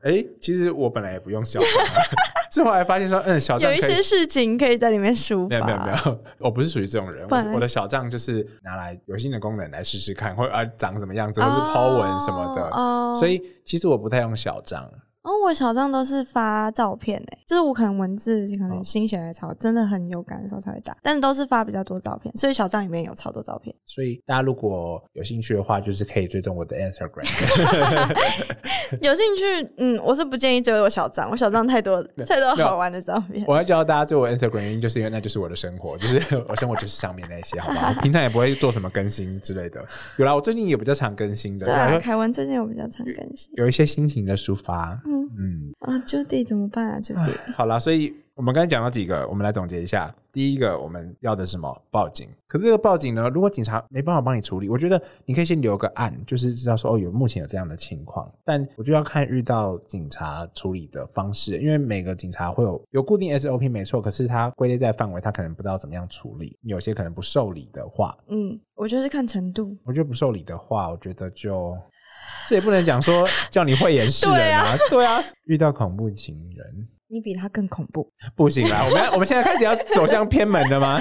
Speaker 2: 哎、其实我本来也不用小账啊、 是后来发现说，嗯，小账
Speaker 1: 有一
Speaker 2: 可以
Speaker 1: 些。事情可以在里面抒
Speaker 2: 没有
Speaker 1: 发。
Speaker 2: 没有没有， 我不是属于这种人。
Speaker 1: 不
Speaker 2: 我
Speaker 1: 然
Speaker 2: 是
Speaker 1: 呢
Speaker 2: 我的小账就是拿来有新的功能来试试看，或者 啊长什么样子，
Speaker 1: 哦，
Speaker 2: 或是 Po 文什么的。
Speaker 1: 哦，
Speaker 2: 所以其实我不太用小账，
Speaker 1: 哦，我小账都是发照片诶、就是我可能文字可
Speaker 2: 哦
Speaker 1: 能心血来潮，真的很有感的时候才会打，但都是发比较多照片，所以小账里面有超多照 片。
Speaker 2: 所以大家如果有兴趣的话，就是可以追踪我的 Instagram。
Speaker 1: 有兴趣，嗯，我是不建议只有小账，我小账太多太多
Speaker 2: 没有
Speaker 1: 好玩的照片。
Speaker 2: 我要教大家做我 Instagram 原因，就是因为那就是我的生活， 就是我生活就是上面那些，好吧？我平常也不会做什么更新之类的。有啦，我最近也比较常更新的，
Speaker 1: 对
Speaker 2: 然
Speaker 1: 啊，
Speaker 2: 后
Speaker 1: 凯文最近有比较常更新
Speaker 2: 有一些心情的抒发。
Speaker 1: 嗯
Speaker 2: 嗯，
Speaker 1: 啊，Judy 怎么办啊，Judy？
Speaker 2: 好啦，所以我们刚才讲到几个，我们来总结一下。第一个，我们要的是什么？报警。可是这个报警呢，如果警察没办法帮你处理，我觉得你可以先留个案，就是知道说哦，有目前有这样的情况。但我就要看遇到警察处理的方式，因为每个警察会有有固定 SOP 没错，可是他归类在范围，他可能不知道怎么样处理。有些可能不受理的话，
Speaker 1: 嗯，我就是看程度。
Speaker 2: 我觉得不受理的话，我觉得就这也不能讲说叫你慧眼识人啊， 对啊，遇到恐怖情人。
Speaker 1: 你比他更恐怖，
Speaker 2: 不行啦，我 们要我们现在开始要走向偏门了吗？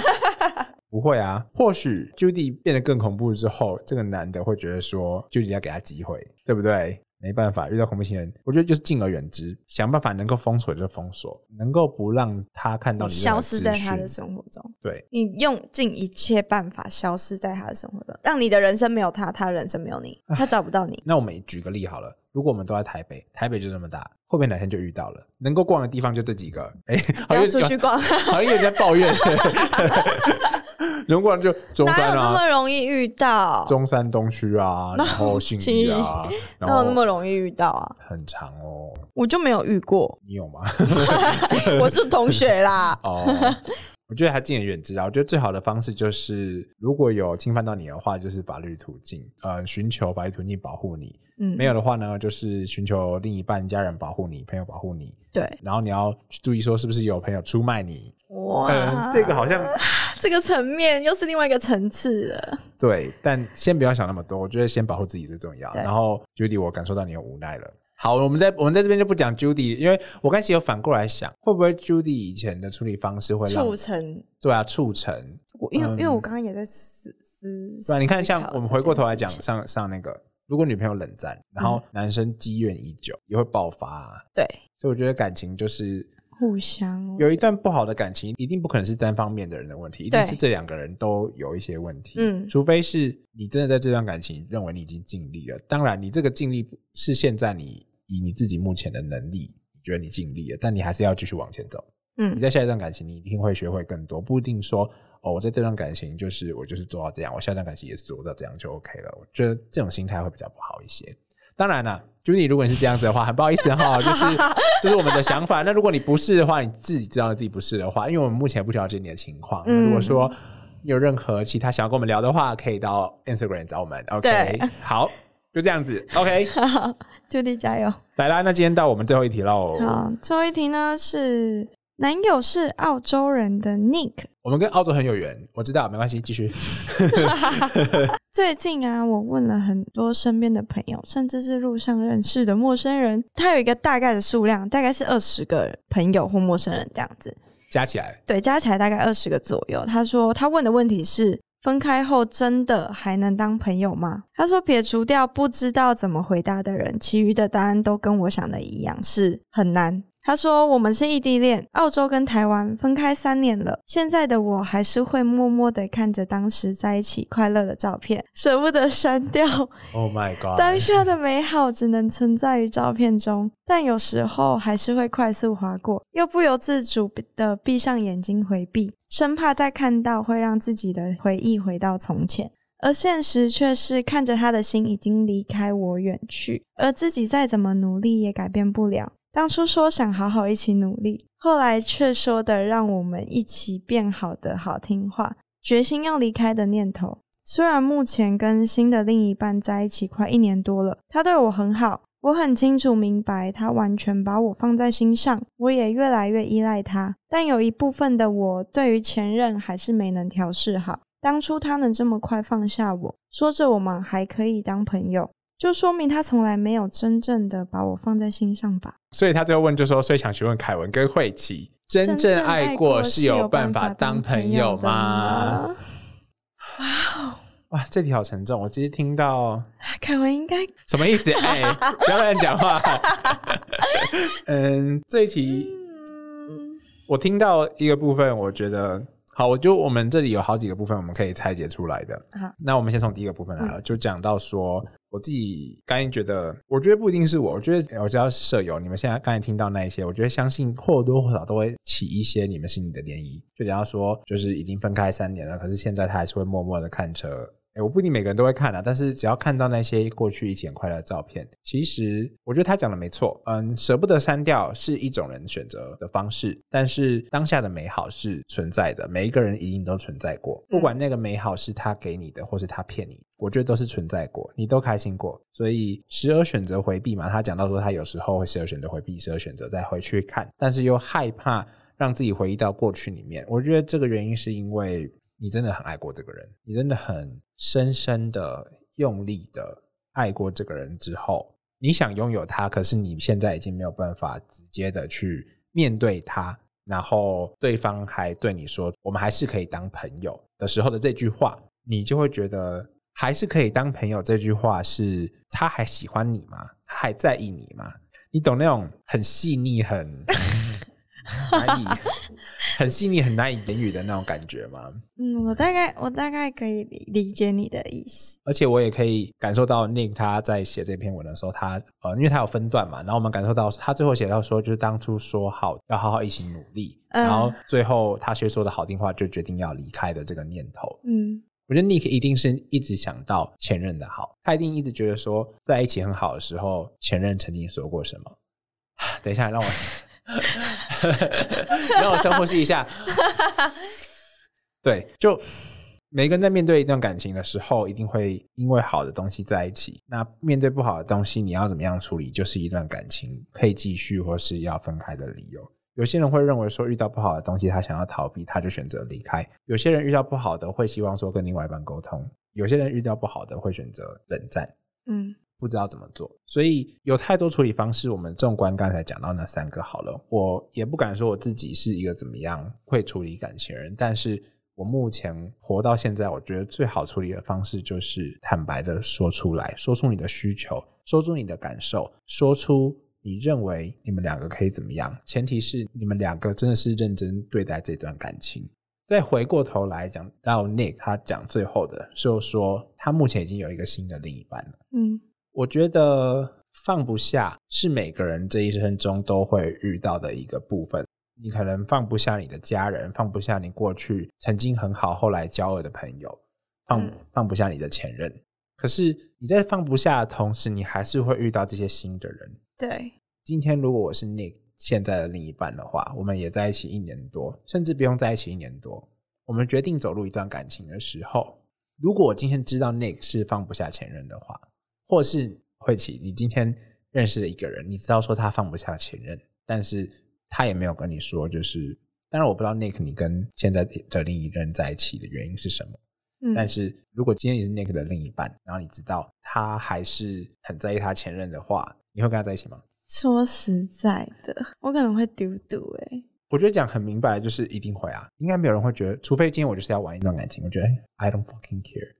Speaker 2: 不会啊，或许 Judy 变得更恐怖之后，这个男的会觉得说 Judy 要给他机会，对不对？没办法，遇到恐怖情人，我觉得就是敬而远之，想办法能够封锁就封锁，能够不让他看到
Speaker 1: 你
Speaker 2: 你
Speaker 1: 消失在他
Speaker 2: 任何
Speaker 1: 的
Speaker 2: 资讯
Speaker 1: 生活中，
Speaker 2: 对，
Speaker 1: 你用尽一切办法消失在他的生活中，让你的人生没有他，他的人生没有你，他找不到你。
Speaker 2: 那我们举个例好了，如果我们都在台北，台北就这么大，会不会哪天就遇到了？能够逛的地方就这几个，哎、
Speaker 1: 不
Speaker 2: 好
Speaker 1: 要
Speaker 2: 像
Speaker 1: 出去逛，
Speaker 2: 好像有人在抱 怨， 能逛就中
Speaker 1: 哪有
Speaker 2: 山
Speaker 1: 那
Speaker 2: 啊，
Speaker 1: 么容易遇到？
Speaker 2: 中山东区啊，然后信义啊， 然
Speaker 1: 哪有那么
Speaker 2: 后
Speaker 1: 容易遇到啊？
Speaker 2: 很长哦，
Speaker 1: 我就没有遇过
Speaker 2: ，你有吗？
Speaker 1: 我是同学啦。
Speaker 2: 哦，我觉得还敬而远之啊。我觉得最好的方式就是，如果有侵犯到你的话，就是法律途径，呃，寻求法律途径保护你；
Speaker 1: 嗯，
Speaker 2: 没有的话呢，就是寻求另一半、家人保护你、朋友保护你。
Speaker 1: 对，
Speaker 2: 然后你要去注意说，是不是有朋友出卖你？
Speaker 1: 哇，
Speaker 2: 嗯，这个好像
Speaker 1: 这个层面又是另外一个层次了。
Speaker 2: 对，但先不要想那么多，我觉得先保护自己最重要。
Speaker 1: 对
Speaker 2: 然后 Judy，我感受到你的无奈了。好，我们在我们在这边就不讲 Judy，因为我刚才有反过来想，会不会 Judy 以前的处理方式会让
Speaker 1: 促成，
Speaker 2: 对啊促成？
Speaker 1: 我因为、
Speaker 2: 嗯
Speaker 1: 因为我刚刚也在思思，
Speaker 2: 对啊，你看，像
Speaker 1: 思考
Speaker 2: 我们回过头来
Speaker 1: 这件
Speaker 2: 讲
Speaker 1: 事情，
Speaker 2: 上上那个，如果女朋友冷战，然
Speaker 1: 嗯
Speaker 2: 后男生积怨已久，也会爆发、啊。
Speaker 1: 对，
Speaker 2: 所以我觉得感情就是
Speaker 1: 互相哦
Speaker 2: 有一段不好的感情，一定不可能是单方面的人的问题，一定
Speaker 1: 对
Speaker 2: 是这两个人都有一些问题。
Speaker 1: 嗯
Speaker 2: 除非是你真的在这段感情认为你已经尽力了。当然，你这个尽力是现在你以你自己目前的能力，你觉得你尽力了，但你还是要继续往前走。你
Speaker 1: 嗯，
Speaker 2: 在下一段感情，你一定会学会更多，不一定说哦，我在这段感情就是我就是做到这样，我下一段感情也是做到这样就 OK 了。我觉得这种心态会比较不好一些。当然啦、j u d y 如果你是这样子的话，很不好意思哈，就是这是我们的想法。那如果你不是的话，你自己知道自己不是的话，因为我们目前不了解你的情况。
Speaker 1: 嗯
Speaker 2: 如果说有任何其他想要跟我们聊的话，可以到 Instagram 找我们。OK，
Speaker 1: 对
Speaker 2: 好，就这样子。OK，
Speaker 1: 就地加油。
Speaker 2: 来啦，那今天到我们最后一题喽。
Speaker 1: 好，最后一题呢是男友是澳洲人的 Nick。
Speaker 2: 我们跟澳洲很有缘，我知道，没关系，继续。
Speaker 1: 最近啊，我问了很多身边的朋友，甚至是路上认识的陌生人，他有一个大概的数量，大概是二十个朋友或陌生人这样子，
Speaker 2: 加起来。
Speaker 1: 对，加起来大概二十个左右。他说他问的问题是。分开后真的还能当朋友吗？他说，撇除掉不知道怎么回答的人，其余的答案都跟我想的一样，是很难。他说，我们是异地恋，澳洲跟台湾分开三年了，现在的我还是会默默的看着当时在一起快乐的照片，舍不得删掉，
Speaker 2: Oh my god！
Speaker 1: 当下的美好只能存在于照片中，但有时候还是会快速划过，又不由自主的闭上眼睛回避，生怕再看到会让自己的回忆回到从前。而现实却是看着他的心已经离开我远去，而自己再怎么努力也改变不了。当初说想好好一起努力，后来却说的让我们一起变好的好听话，决心要离开的念头。虽然目前跟新的另一半在一起快一年多了，他对我很好，我很清楚明白他完全把我放在心上，我也越来越依赖他。但有一部分的我对于前任还是没能调试好。当初他能这么快放下我，说着我们还可以当朋友，就说明他从来没有真正的把我放在心上吧。
Speaker 2: 所以他最后问就说，所以想询问凯文跟慧琪，真
Speaker 1: 正
Speaker 2: 正爱
Speaker 1: 过
Speaker 2: 过是有办法当朋友
Speaker 1: 的
Speaker 2: 吗？
Speaker 1: 吗？ 哇哦，
Speaker 2: 哇，这题好沉重，我其实听到
Speaker 1: 凯文应该
Speaker 2: 什么意思？哎、不要乱讲话。嗯，这一题
Speaker 1: 嗯
Speaker 2: 我听到一个部分，我觉得好，我就我们这里有好几个部分，我们可以拆解出来的。
Speaker 1: 好，
Speaker 2: 那我们先从第一个部分来了，就讲到说我自己刚才觉得，我觉得不一定是我，我觉得我只要是舍友，你们现在刚才听到那一些，我觉得相信或多或少都会起一些你们心里的涟漪。就讲到说，就是已经分开三年了，可是现在他还是会默默的看车。哎，我不一定每个人都会看啊，但是只要看到那些过去一起很快乐的照片，其实我觉得他讲的没错。嗯，舍不得删掉是一种人选择的方式，但是当下的美好是存在的，每一个人一定都存在过，不管那个美好是他给你的，或是他骗你。我觉得都是存在过，你都开心过，所以时而选择回避嘛。他讲到说，他有时候会时而选择回避，时而选择再回去看，但是又害怕让自己回忆到过去里面。我觉得这个原因是因为你真的很爱过这个人，你真的很深深的、用力的爱过这个人之后，你想拥有他，可是你现在已经没有办法直接的去面对他，然后对方还对你说“我们还是可以当朋友”的时候的这句话，你就会觉得“还是可以当朋友”这句话是他还喜欢你吗？他还在意你吗？你懂那种很细腻、很 难以、 很细腻、很难以言语的那种感觉吗？
Speaker 1: 嗯，我大概我大概可以理理解你的意思。
Speaker 2: 而且我也可以感受到 Nick 他在写这篇文的时候，他呃，因为他有分段嘛，然后我们感受到他最后写到说，就是当初说好要好好一起努力，
Speaker 1: 嗯
Speaker 2: 然后最后他却说的好听话，就决定要离开的这个念头。
Speaker 1: 嗯
Speaker 2: 我觉得 Nick 一定是一直想到前任的好，他一定一直觉得说在一起很好的时候，前任曾经说过什么。 等一下，让我 让我深呼吸一下。对，就每个人在面对一段感情的时候，一定会因为好的东西在一起。那面对不好的东西，你要怎么样处理，就是一段感情可以继续或是要分开的理由。有些人会认为说，遇到不好的东西，他想要逃避，他就选择离开；有些人遇到不好的，会希望说跟另外一半沟通；有些人遇到不好的，会选择冷战。
Speaker 1: 嗯
Speaker 2: 不知道怎么做，所以有太多处理方式。我们纵观刚才讲到那三个好了，我也不敢说我自己是一个怎么样会处理感情的人，但是我目前活到现在，我觉得最好处理的方式就是坦白的说出来，说出你的需求，说出你的感受，说出你认为你们两个可以怎么样，前提是你们两个真的是认真对待这段感情。再回过头来讲到 Nick，他讲最后的就说他目前已经有一个新的另一半了。
Speaker 1: 嗯
Speaker 2: 我觉得放不下是每个人这一生中都会遇到的一个部分。你可能放不下你的家人，放不下你过去曾经很好后来交恶的朋友，放、
Speaker 1: 嗯
Speaker 2: 放不下你的前任。可是你在放不下的同时，你还是会遇到这些新的人。
Speaker 1: 对，
Speaker 2: 今天如果我是 Nick 现在的另一半的话，我们也在一起一年多，甚至不用在一起一年多，我们决定走入一段感情的时候，如果我今天知道 Nick 是放不下前任的话，或是慧琪，你今天认识了一个人，你知道说他放不下前任，但是他也没有跟你说，就是当然我不知道 Nick 你跟现在的另一任在一起的原因是什么。
Speaker 1: 嗯
Speaker 2: 但是如果今天你是 Nick 的另一半，然后你知道他还是很在意他前任的话，你会跟他在一起吗？
Speaker 1: 说实在的，我可能会丢丢哎，
Speaker 2: 我觉得讲很明白，就是一定会啊，应该没有人会觉得，除非今天我就是要玩一段感情，我觉得哎 I don't fucking care，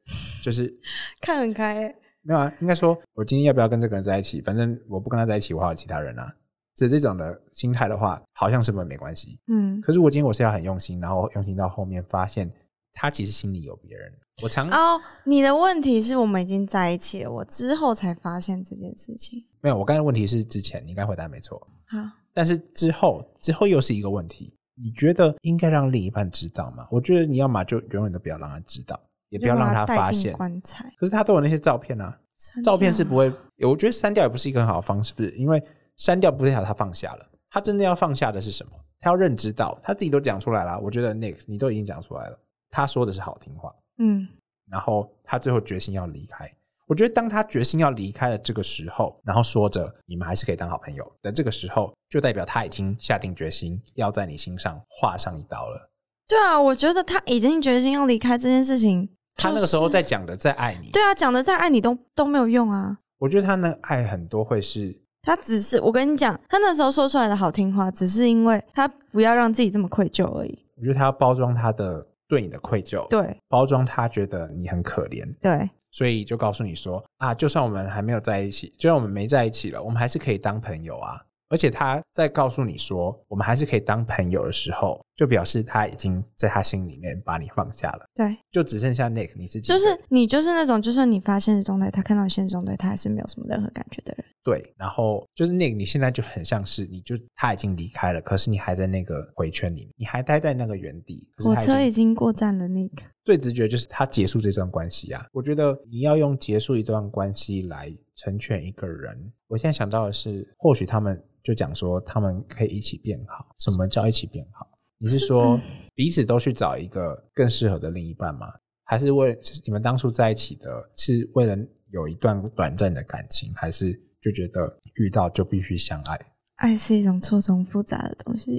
Speaker 2: 就是
Speaker 1: 看很开欸、
Speaker 2: 没有啊，应该说我今天要不要跟这个人在一起，反正我不跟他在一起，我还有其他人啊，这这种的心态的话，好像是不是没关系？
Speaker 1: 嗯
Speaker 2: 可是我今天我是要很用心，然后用心到后面发现他其实心里有别人。我常、
Speaker 1: 哦，你的问题是我们已经在一起了，我之后才发现这件事情。
Speaker 2: 没有，我刚才的问题是之前，你应该回答没错，
Speaker 1: 好，
Speaker 2: 但是之后之后又是一个问题。你觉得应该让另一半知道吗？我觉得你要么就永远都不要让他知道，也不要让
Speaker 1: 他
Speaker 2: 他发
Speaker 1: 带进
Speaker 2: 现。
Speaker 1: 棺材，
Speaker 2: 可是他都有那些照片啊，
Speaker 1: 删
Speaker 2: 照片
Speaker 1: 掉
Speaker 2: 是不会，我觉得删掉也不是一个很好的方式，不是？因为删掉不代表他放下了，他真的要放下的是什么？他要认知到，他自己都讲出来了。我觉得 Nick 你都已经讲出来了，他说的是好听话，
Speaker 1: 嗯
Speaker 2: 然后他最后决心要离开。我觉得当他决心要离开了这个时候，然后说着你们还是可以当好朋友的这个时候，就代表他已经下定决心要在你心上划上一刀了。
Speaker 1: 对啊，我觉得他已经决心要离开这件事情。
Speaker 2: 他那个时候在讲的在爱你，
Speaker 1: 对啊，讲的再爱你都都没有用啊。
Speaker 2: 我觉得他那爱很多会是
Speaker 1: 他只是我跟你讲，他那时候说出来的好听话，只是因为他不要让自己这么愧疚而已。
Speaker 2: 我觉得他要包装他的对你的愧疚，
Speaker 1: 对
Speaker 2: 包装他觉得你很可怜，
Speaker 1: 对，
Speaker 2: 所以就告诉你说啊，就算我们还没有在一起，就算我们没在一起了，我们还是可以当朋友啊。而且他在告诉你说，我们还是可以当朋友的时候，就表示他已经在他心里面把你放下了，
Speaker 1: 对，
Speaker 2: 就只剩下 Nick 你自己一个
Speaker 1: 就
Speaker 2: 人。
Speaker 1: 是你就是那种，就算你发现实动态，他看到现实动态，他还是没有什么任何感觉的人。
Speaker 2: 对，然后就是 Nick，你现在就很像是你就他已经离开了，可是你还在那个回圈里面，你还待在那个原地。可
Speaker 1: 火
Speaker 2: 是他
Speaker 1: 车
Speaker 2: 已
Speaker 1: 已
Speaker 2: 经
Speaker 1: 经过站了，那个
Speaker 2: 最直觉就是他结束这段关系啊！我觉得你要用结束一段关系来成全一个人。我现在想到的是，或许他们就讲说他们可以一起变好。什么叫一起变好？你是 说彼此都去找一个更适合的另一半吗？还是为是你们当初在一起的是为了有一段短暂的感情，还是就觉得遇到就必须相爱？
Speaker 1: 爱是一种错综复杂的东西。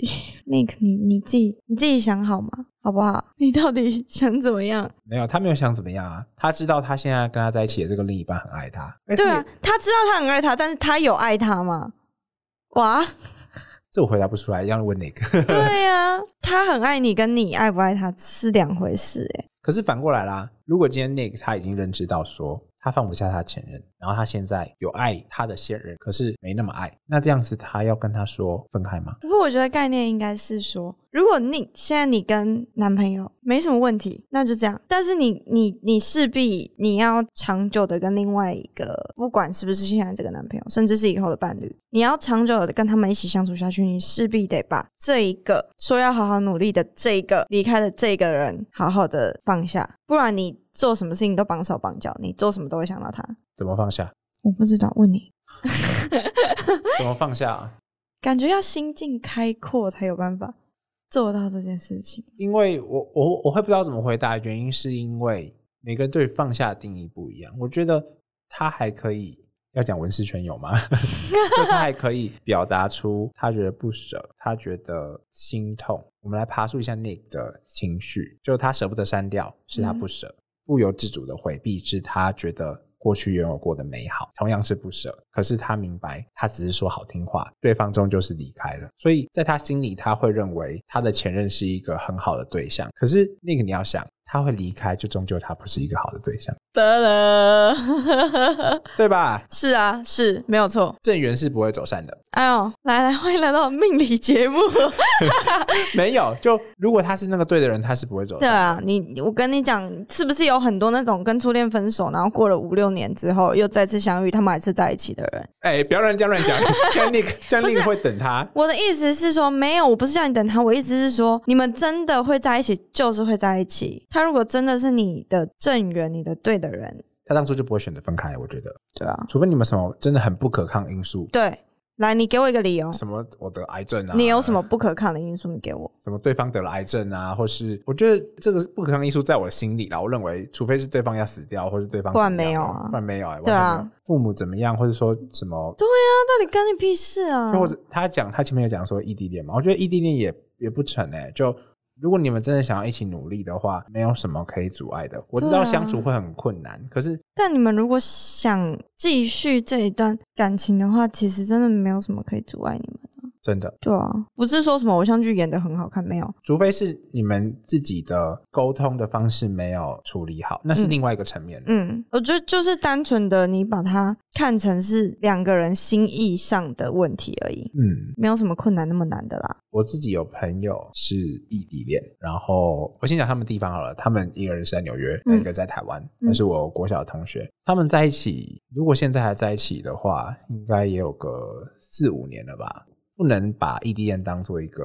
Speaker 1: Nick，你你自己你自己想好吗？好不好？ 你到底想怎么 样？
Speaker 2: 没有，他没有想怎么样啊，他知道他现在跟他在一起的这个另一半很爱他。哎
Speaker 1: 对
Speaker 2: 他
Speaker 1: 啊
Speaker 2: 也，
Speaker 1: 他知道他很爱他，但是他有爱他吗？ 哇，
Speaker 2: 这我回答不出来，要问哪个？
Speaker 1: 对呀、啊，他很爱你，跟你爱不爱他是两回事、欸。
Speaker 2: 可是反过来啦，如果今天 Nick 他已经认知到说他放不下他前任，然后他现在有爱他的现任，可是没那么爱，那这样子他要跟他说分开吗？
Speaker 1: 不过我觉得概念应该是说，如果你现在你跟男朋友没什么问题，那就这样。但是你你你势必你要长久的跟另外一个，不管是不是现在这个男朋友，甚至是以后的伴侣，你要长久的跟他们一起相处下去，你势必得把这一个说要好好努力的这一个离开的这个人好好的放下，不然你做什么事情都绑手绑脚，你做什么都会想到他。
Speaker 2: 怎么放下？
Speaker 1: 我不知道，问你。
Speaker 2: 怎么放下、啊？
Speaker 1: 感觉要心境开阔才有办法做到这件事情。
Speaker 2: 因为我我我会不知道怎么回答，原因是因为每个人对放下的定义不一样。我觉得他还可以要讲文思泉涌吗？ 就他还可以表达出他觉得不舍，他觉得心痛。我们来爬树一下 Nick 的情绪，就他舍不得删掉，是他不舍；不由自主的回避，是他觉得。过去拥有过的美好，同样是不舍。可是他明白，他只是说好听话，对方终究是离开了。所以在他心里，他会认为他的前任是一个很好的对象。可是 Nick，你要想，他会离开，就终究他不是一个好的对象，
Speaker 1: 得了，
Speaker 2: 对吧？
Speaker 1: 是啊，是没有错。
Speaker 2: 正缘是不会走散的。
Speaker 1: 哎呦，来来，欢迎来到命理节目。
Speaker 2: 没有，就如果他是那个对的人，他是不会走。
Speaker 1: 对，啊，你我跟你讲，是不是有很多那种跟初恋分手，然后过了五六年之后又再次相遇，他们还是在一起的人？
Speaker 2: 哎、不要乱这 样乱讲，这样 Nick 这样
Speaker 1: 不是
Speaker 2: Nick 会等他。
Speaker 1: 我的意思是说，没有，我不是叫你等他，我意思是说，你们真的会在一起，就是会在一起。他如果真的是你的正缘，你的对的人，
Speaker 2: 他当初就不会选择分开，我觉得，
Speaker 1: 对啊，
Speaker 2: 除非你们什么真的很不可抗因素，
Speaker 1: 对。来，你给我一个理由，
Speaker 2: 什么我得癌症啊，
Speaker 1: 你有什么不可抗的因素？你给我。
Speaker 2: 什么对方得了癌症啊，或是我觉得这个不可抗因素在我的心里啦，我认为除非是对方要死掉，或是对方
Speaker 1: 不然
Speaker 2: 怎么样
Speaker 1: 没有啊
Speaker 2: 不然没有哎、完
Speaker 1: 对啊
Speaker 2: 全没有，父母怎么样，或者说什么，
Speaker 1: 那到底干你屁事啊？
Speaker 2: 或者他讲他前面有讲说异地恋嘛，我觉得异地恋也也不成哎、就。如果你们真的想要一起努力的话，没有什么可以阻碍的。我知
Speaker 1: 对
Speaker 2: 道
Speaker 1: 啊
Speaker 2: 相处会很困难，可是
Speaker 1: 但你们如果想继续这一段感情的话，其实真的没有什么可以阻碍你们。
Speaker 2: 真的，
Speaker 1: 对啊，不是说什么偶像剧演的很好看，没有。
Speaker 2: 除非是你们自己的沟通的方式没有处理好，那是另外一个层面。
Speaker 1: 嗯，我觉得就是单纯的你把它看成是两个人心意上的问题而已，
Speaker 2: 嗯，
Speaker 1: 没有什么困难那么难的啦。
Speaker 2: 我自己有朋友是异地恋，然后我先讲他们地方好了，他们一个人是在纽约，
Speaker 1: 嗯
Speaker 2: 一个在台湾，
Speaker 1: 嗯
Speaker 2: 那是我国小的同学。他们在一起，如果现在还在一起的话，应该也有个四五年了吧。不能把异地恋当做一个，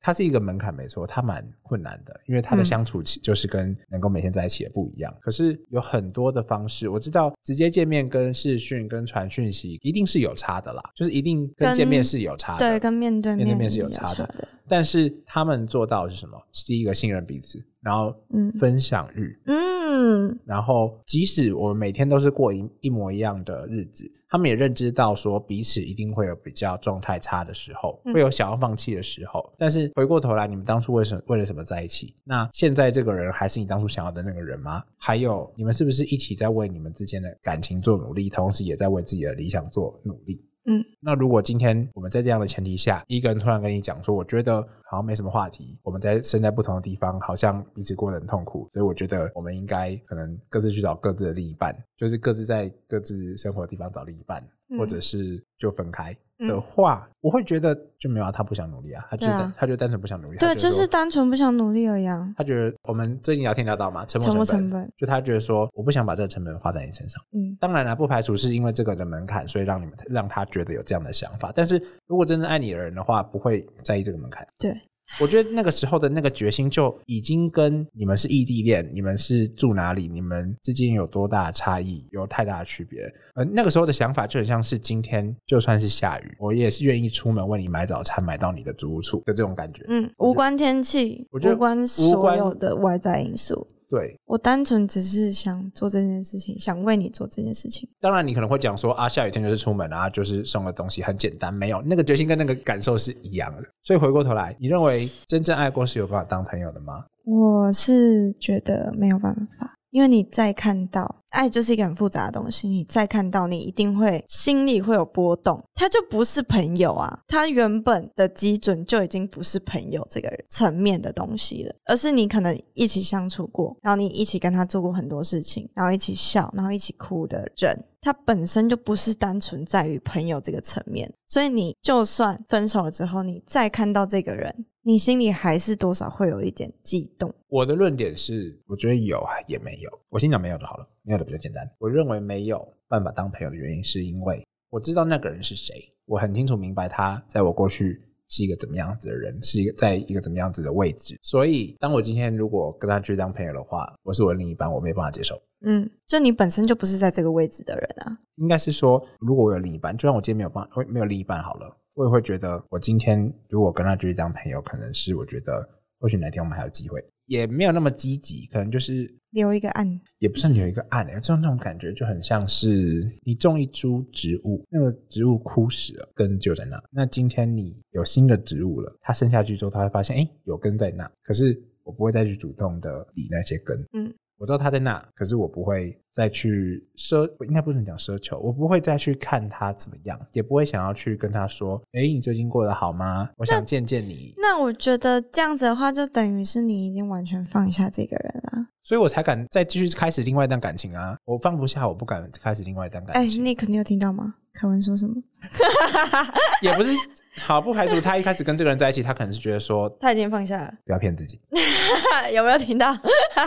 Speaker 2: 它是一个门槛，没错，它蛮困难的，因为它的
Speaker 1: 嗯
Speaker 2: 相处其就是跟能够每天在一起也不一样。可是有很多的方式，我知道直接见面、跟视讯、跟传讯息一定是有差的啦，就是一定跟
Speaker 1: 跟
Speaker 2: 见面是有差的，
Speaker 1: 对，跟面对
Speaker 2: 面对
Speaker 1: 面
Speaker 2: 面是有
Speaker 1: 有
Speaker 2: 差的
Speaker 1: 的。
Speaker 2: 但是他们做到的是什么？是第一个信任彼此，然后
Speaker 1: 嗯
Speaker 2: 分享欲，
Speaker 1: 嗯，嗯，
Speaker 2: 然后，即使我们每天都是过一一模一样的日子，他们也认知到说彼此一定会有比较状态差的时候，会有想要放弃的时候。但是回过头来，你们当初为什么为了什么在一起？那现在这个人还是你当初想要的那个人吗？还有，你们是不是一起在为你们之间的感情做努力，同时也在为自己的理想做努力？
Speaker 1: 嗯，
Speaker 2: 那如果今天我们在这样的前提下，一个人突然跟你讲说，我觉得好像没什么话题，我们在身在不同的地方，好像彼此过得很痛苦，所以我觉得我们应该可能各自去找各自的另一半，就是各自在各自生活的地方找另一半，
Speaker 1: 嗯
Speaker 2: 或者是就分开
Speaker 1: 嗯
Speaker 2: 的话，我会觉得就没有、啊、他不想努力啊，他就、
Speaker 1: 对啊
Speaker 2: 他就单纯不想努力，
Speaker 1: 对，
Speaker 2: 他觉
Speaker 1: 就
Speaker 2: 得说
Speaker 1: 是单纯不想努力而已啊。
Speaker 2: 他觉得我们最近聊天聊到嘛，沉没
Speaker 1: 沉没
Speaker 2: 成
Speaker 1: 成
Speaker 2: 本，
Speaker 1: 本
Speaker 2: 就他觉得说我不想把这个成本花在你身上。
Speaker 1: 嗯
Speaker 2: 当然了，不排除是因为这个的门槛，所以让你们让他觉得有这样的想法。但是如果真正爱你的人的话，不会在意这个门槛。
Speaker 1: 对，
Speaker 2: 我觉得那个时候的那个决心就已经跟你们是异地恋，你们是住哪里，你们之间有多大的差异，有太大的区别。呃，那个时候的想法就很像是今天就算是下雨，我也是愿意出门为你买早餐，买到你的租屋处的这种感觉。
Speaker 1: 嗯，无关天气，
Speaker 2: 我觉得
Speaker 1: 无关
Speaker 2: 无
Speaker 1: 所
Speaker 2: 关
Speaker 1: 有的外在因素。
Speaker 2: 对，
Speaker 1: 我单纯只是想做这件事情，想为你做这件事情。
Speaker 2: 当然，你可能会讲说啊，下雨天就是出门啊，就是送个东西，很简单。没有那个决心跟那个感受是一样的。所以回过头来，你认为真正爱过是有办法当朋友的吗？
Speaker 1: 我是觉得没有办法，因为你再看到爱就是一个很复杂的东西，你再看到，你一定会心里会有波动，他就不是朋友啊，他原本的基准就已经不是朋友这个层面的东西了，而是你可能一起相处过，然后你一起跟他做过很多事情，然后一起笑，然后一起哭的人。他本身就不是单纯在于朋友这个层面，所以你就算分手了之后，你再看到这个人，你心里还是多少会有一点悸动。
Speaker 2: 我的论点是，我觉得有啊也没有。我先讲没有的好了，没有的比较简单。我认为没有办法当朋友的原因，是因为我知道那个人是谁，我很清楚明白他在我过去是一个怎么样子的人，是一个在一个怎么样子的位置。所以，当我今天如果跟他去当朋友的话，我是我的另一半，我没有办法接受。
Speaker 1: 嗯，就你本身就不是在这个位置的人啊。
Speaker 2: 应该是说，如果我有另一半，就算我今天没有办我没有另一半好了，我也会觉得，我今天如果跟他继续当朋友，可能是我觉得，或许哪天我们还有机会，也没有那么积极，可能就是
Speaker 1: 留一个暗，
Speaker 2: 也不是留一个暗、欸，这种这种感觉就很像是你种一株植物，那个植物枯死了，根就在那。那今天你有新的植物了，它生下去之后，它会发现，哎、有根在那，可是我不会再去主动的理那些根。
Speaker 1: 嗯，
Speaker 2: 我知道它在那，可是我不会再去奢，我应该不能讲奢求，我不会再去看它怎么样，也不会想要去跟它说，哎、你最近过得好吗？我想见见你。
Speaker 1: 那我觉得这样子的话，就等于是你已经完全放下这个人啊啦。
Speaker 2: 所以我才敢再继续开始另外一段感情啊！我放不下，我不敢开始另外一段
Speaker 1: 哎、
Speaker 2: 感情。
Speaker 1: 你肯定有听到吗？凯文说什么？
Speaker 2: 也不是好，不排除他一开始跟这个人在一起，他可能是觉得说
Speaker 1: 他已经放下了，
Speaker 2: 不要骗自己。
Speaker 1: 有没有听到？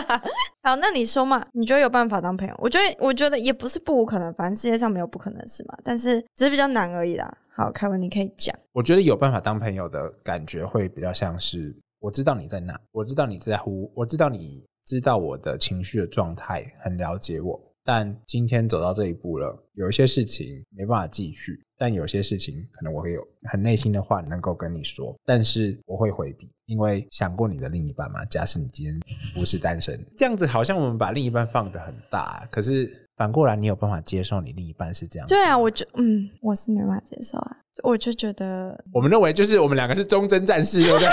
Speaker 1: 好，那你说嘛？你觉得有办法当朋友？我觉得，我觉得也不是不无可能，反正世界上没有不可能的事嘛。但是只是比较难而已啦。好，凯文，你可以讲。
Speaker 2: 我觉得有办法当朋友的感觉会比较像是我知道你在哪，我知道你在乎，我知道你知道我的情绪的状态，很了解我。但今天走到这一步了，有一些事情没办法继续，但有些事情可能我会有很内心的话能够跟你说，但是我会回避，因为想过你的另一半吗？假使你今天不是单身，这样子好像我们把另一半放得很大，啊可是反过来你有办法接受你另一半是这样子
Speaker 1: 对啊，我就嗯，我是没办法接受啊。我就觉得
Speaker 2: 我们认为就是我们两个是忠贞战士，对不对？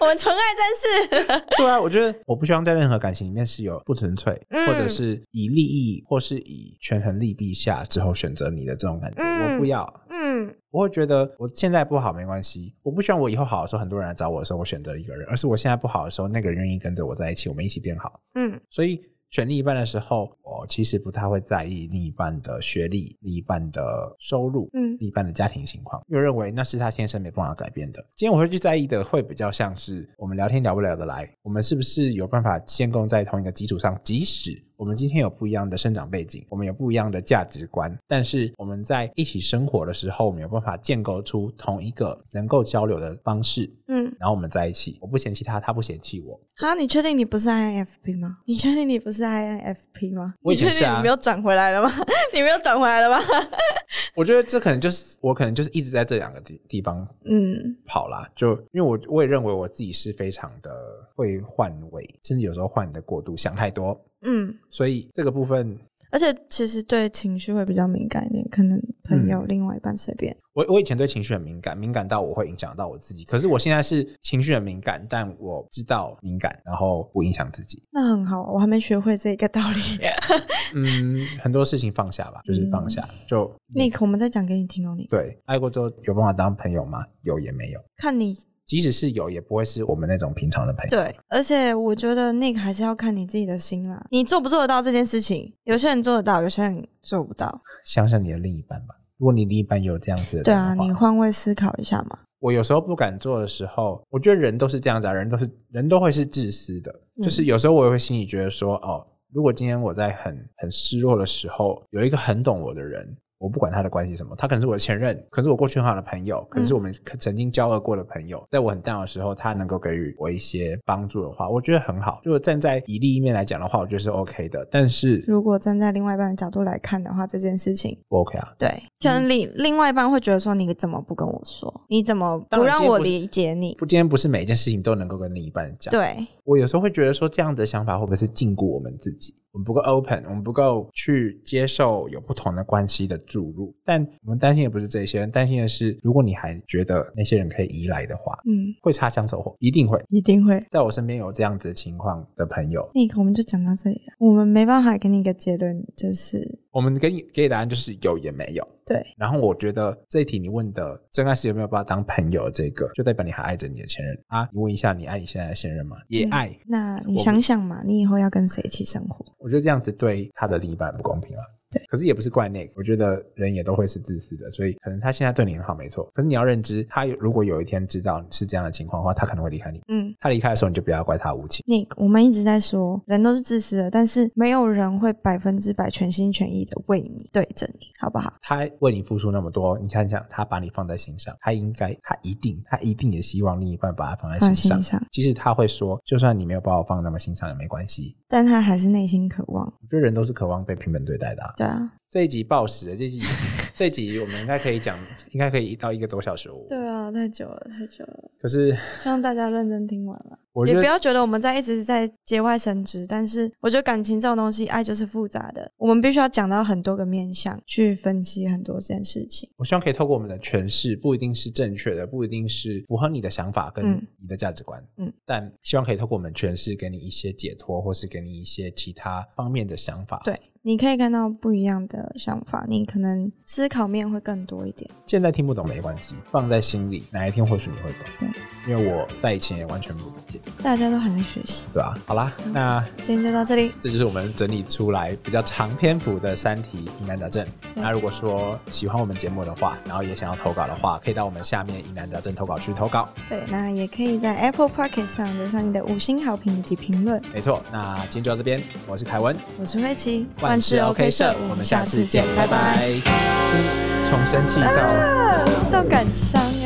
Speaker 1: 我们纯爱战士。
Speaker 2: 对啊，我觉得我不希望在任何感情里面是有不纯粹，
Speaker 1: 嗯
Speaker 2: 或者是以利益或是以权衡利弊下之后选择你的这种感觉，
Speaker 1: 嗯
Speaker 2: 我不要。
Speaker 1: 嗯，
Speaker 2: 我会觉得我现在不好没关系，我不希望我以后好的时候很多人来找我的时候，我选择了一个人，而是我现在不好的时候，那个人愿意跟着我在一起，我们一起变好。
Speaker 1: 嗯
Speaker 2: 所以选另一半的时候，我其实不太会在意另一半的学历、另一半的收入、
Speaker 1: 嗯
Speaker 2: 另一半的家庭情况，又认为那是他天生没办法改变的。今天我会去在意的，会比较像是我们聊天聊不聊得来，我们是不是有办法建构在同一个基础上，即使。我们今天有不一样的生长背景，我们有不一样的价值观，但是我们在一起生活的时候，我们有办法建构出同一个能够交流的方式，
Speaker 1: 嗯，
Speaker 2: 然后我们在一起。我不嫌弃他，他不嫌弃我，
Speaker 1: 啊，你确定你不是 INFP 吗？你确定你不是 INFP 吗？
Speaker 2: 我
Speaker 1: 你
Speaker 2: 以前
Speaker 1: 确
Speaker 2: 是
Speaker 1: 定
Speaker 2: 啊
Speaker 1: 你没有转回来了吗？ 你没有转回来了吗？
Speaker 2: 我觉得这可能就是我可能就是一直在这两个地地方
Speaker 1: 嗯
Speaker 2: 跑啦，就因为我我也认为我自己是非常的会换位，甚至有时候换的过度，想太多，
Speaker 1: 嗯，
Speaker 2: 所以这个部分，
Speaker 1: 而且其实对情绪会比较敏感一点，可能朋
Speaker 2: 嗯
Speaker 1: 友、另外一半随便。
Speaker 2: 我我以前对情绪很敏感，敏感到我会影响到我自己。可是我现在是情绪很敏感，但我知道敏感，然后不影响自己。
Speaker 1: 那很好，啊我还没学会这一个道理。
Speaker 2: 嗯，很多事情放下吧，就是放下。就
Speaker 1: Nick，我们再讲给你听哦。你
Speaker 2: 对，爱过之后有办法当朋友吗？有也没有。
Speaker 1: 看你
Speaker 2: 即使是有，也不会是我们那种平常的朋友。
Speaker 1: 对，而且我觉得 Nick 还是要看你自己的心啦，你做不做得到这件事情？有些人做得到，有些人做不到。
Speaker 2: 想想你的另一半吧。如果你另一半有这样子的人
Speaker 1: 对
Speaker 2: 的
Speaker 1: 啊，
Speaker 2: 话，
Speaker 1: 你换位思考一下嘛。
Speaker 2: 我有时候不敢做的时候，我觉得人都是这样子啊，人都是人都会是自私的，
Speaker 1: 嗯
Speaker 2: 就是有时候我也会心里觉得说，哦，如果今天我在很很失落的时候，有一个很懂我的人。我不管他的关系是什么，他可能是我的前任，可能是我过去很好的朋友，
Speaker 1: 嗯
Speaker 2: 可能是我们曾经交恶过的朋友，在我很 down 的时候，他能够给予我一些帮助的话，我觉得很好。如果站在以利益面来讲的话，我觉得是 OK 的，但是
Speaker 1: 如果站在另外一半的角度来看的话，这件事情，
Speaker 2: 不 OK 啊。
Speaker 1: 对，可能另另外一半会觉得说，你怎么不跟我说？你怎么
Speaker 2: 当
Speaker 1: 不
Speaker 2: 然
Speaker 1: 让
Speaker 2: 今天
Speaker 1: 我
Speaker 2: 不是
Speaker 1: 理解你？
Speaker 2: 不，今天不是每一件事情都能够跟另一半讲。
Speaker 1: 对，
Speaker 2: 我有时候会觉得说，这样的想法会不会是禁锢我们自己？我们不够 open，我们不够去接受有不同的关系的注入。但我们担心的不是这些，担心的是，如果你还觉得那些人可以依赖的话，
Speaker 1: 嗯，
Speaker 2: 会擦枪走火，一定会。
Speaker 1: 一定会。
Speaker 2: 在我身边有这样子的情况的朋友，
Speaker 1: 那个我们就讲到这里了，我们没办法给你一个结论，就是
Speaker 2: 我们给你给你答案就是有也没有。
Speaker 1: 对，
Speaker 2: 然后我觉得这一题你问的真爱是有没有把他当朋友，这个就代表你还爱着你的前任啊。你问一下，你爱你现在的现任吗？也爱。
Speaker 1: 那你
Speaker 2: 我们
Speaker 1: 想想嘛，你以后要跟谁一起生活？
Speaker 2: 我觉得这样子对他的另一半不公平了。
Speaker 1: 对，
Speaker 2: 可是也不是怪 Nick，我觉得人也都会是自私的，所以可能他现在对你很好，没错。可是你要认知，他如果有一天知道是这样的情况的话，他可能会离开你。
Speaker 1: 嗯
Speaker 2: 他离开的时候，你就不要怪他无情。
Speaker 1: ，Nick，我们一直在说，人都是自私的，但是没有人会百分之百全心全意的为你对着你，好不好？
Speaker 2: 他为你付出那么多，你想想，他把你放在心上，他应该，他一定，他一定也希望另一半把他放在
Speaker 1: 放在心
Speaker 2: 心上。
Speaker 1: 上，
Speaker 2: 即使他会说，就算你没有把我放那么心上也没关系。
Speaker 1: 但他还是内心渴望。
Speaker 2: 我觉得人都是渴望被平等对待的、啊。
Speaker 1: 对啊，
Speaker 2: 这一集暴食了，这 一集这一集我们应该可以讲，应该可以到一个多小时哦。
Speaker 1: 对啊，太久了，太久了，
Speaker 2: 可是
Speaker 1: 希望大家认真听完了。
Speaker 2: 我觉
Speaker 1: 也
Speaker 2: 得
Speaker 1: 不要觉得我们在一直在节外生枝，但是我觉得感情这种东西，爱就是复杂的，我们必须要讲到很多个面向去分析很多件事情。
Speaker 2: 我希望可以透过我们的诠释，不一定是正确的，不一定是符合你的想法跟
Speaker 1: 嗯
Speaker 2: 你的价值观，
Speaker 1: 嗯
Speaker 2: 但希望可以透过我们诠释，给你一些解脱，或是给你一些其他方面的想法。，
Speaker 1: 对，你可以看到不一样的想法，你可能思考面会更多一点。
Speaker 2: 现在听不懂没关系，放在心里，哪一天或许你会懂。
Speaker 1: 对，
Speaker 2: 因为我在以前也完全不理解，
Speaker 1: 大家都还在学习，
Speaker 2: 对吧、好啦，
Speaker 1: 嗯
Speaker 2: 那
Speaker 1: 今天就到这里。
Speaker 2: 这就是我们整理出来比较长篇幅的三题疑难杂症。那如果说喜欢我们节目的话，然后也想要投稿的话，可以到我们下面疑难杂症投稿区投稿。
Speaker 1: 对，那也可以在 Apple p o c k e t 上留下你的五星好评以及评论。
Speaker 2: 没错，那今天就到这边，我是凯文。
Speaker 1: 我是慧琪，
Speaker 2: 万事 OK 社，我们下次见，拜拜。重生气到。
Speaker 1: 啊，都感伤哎、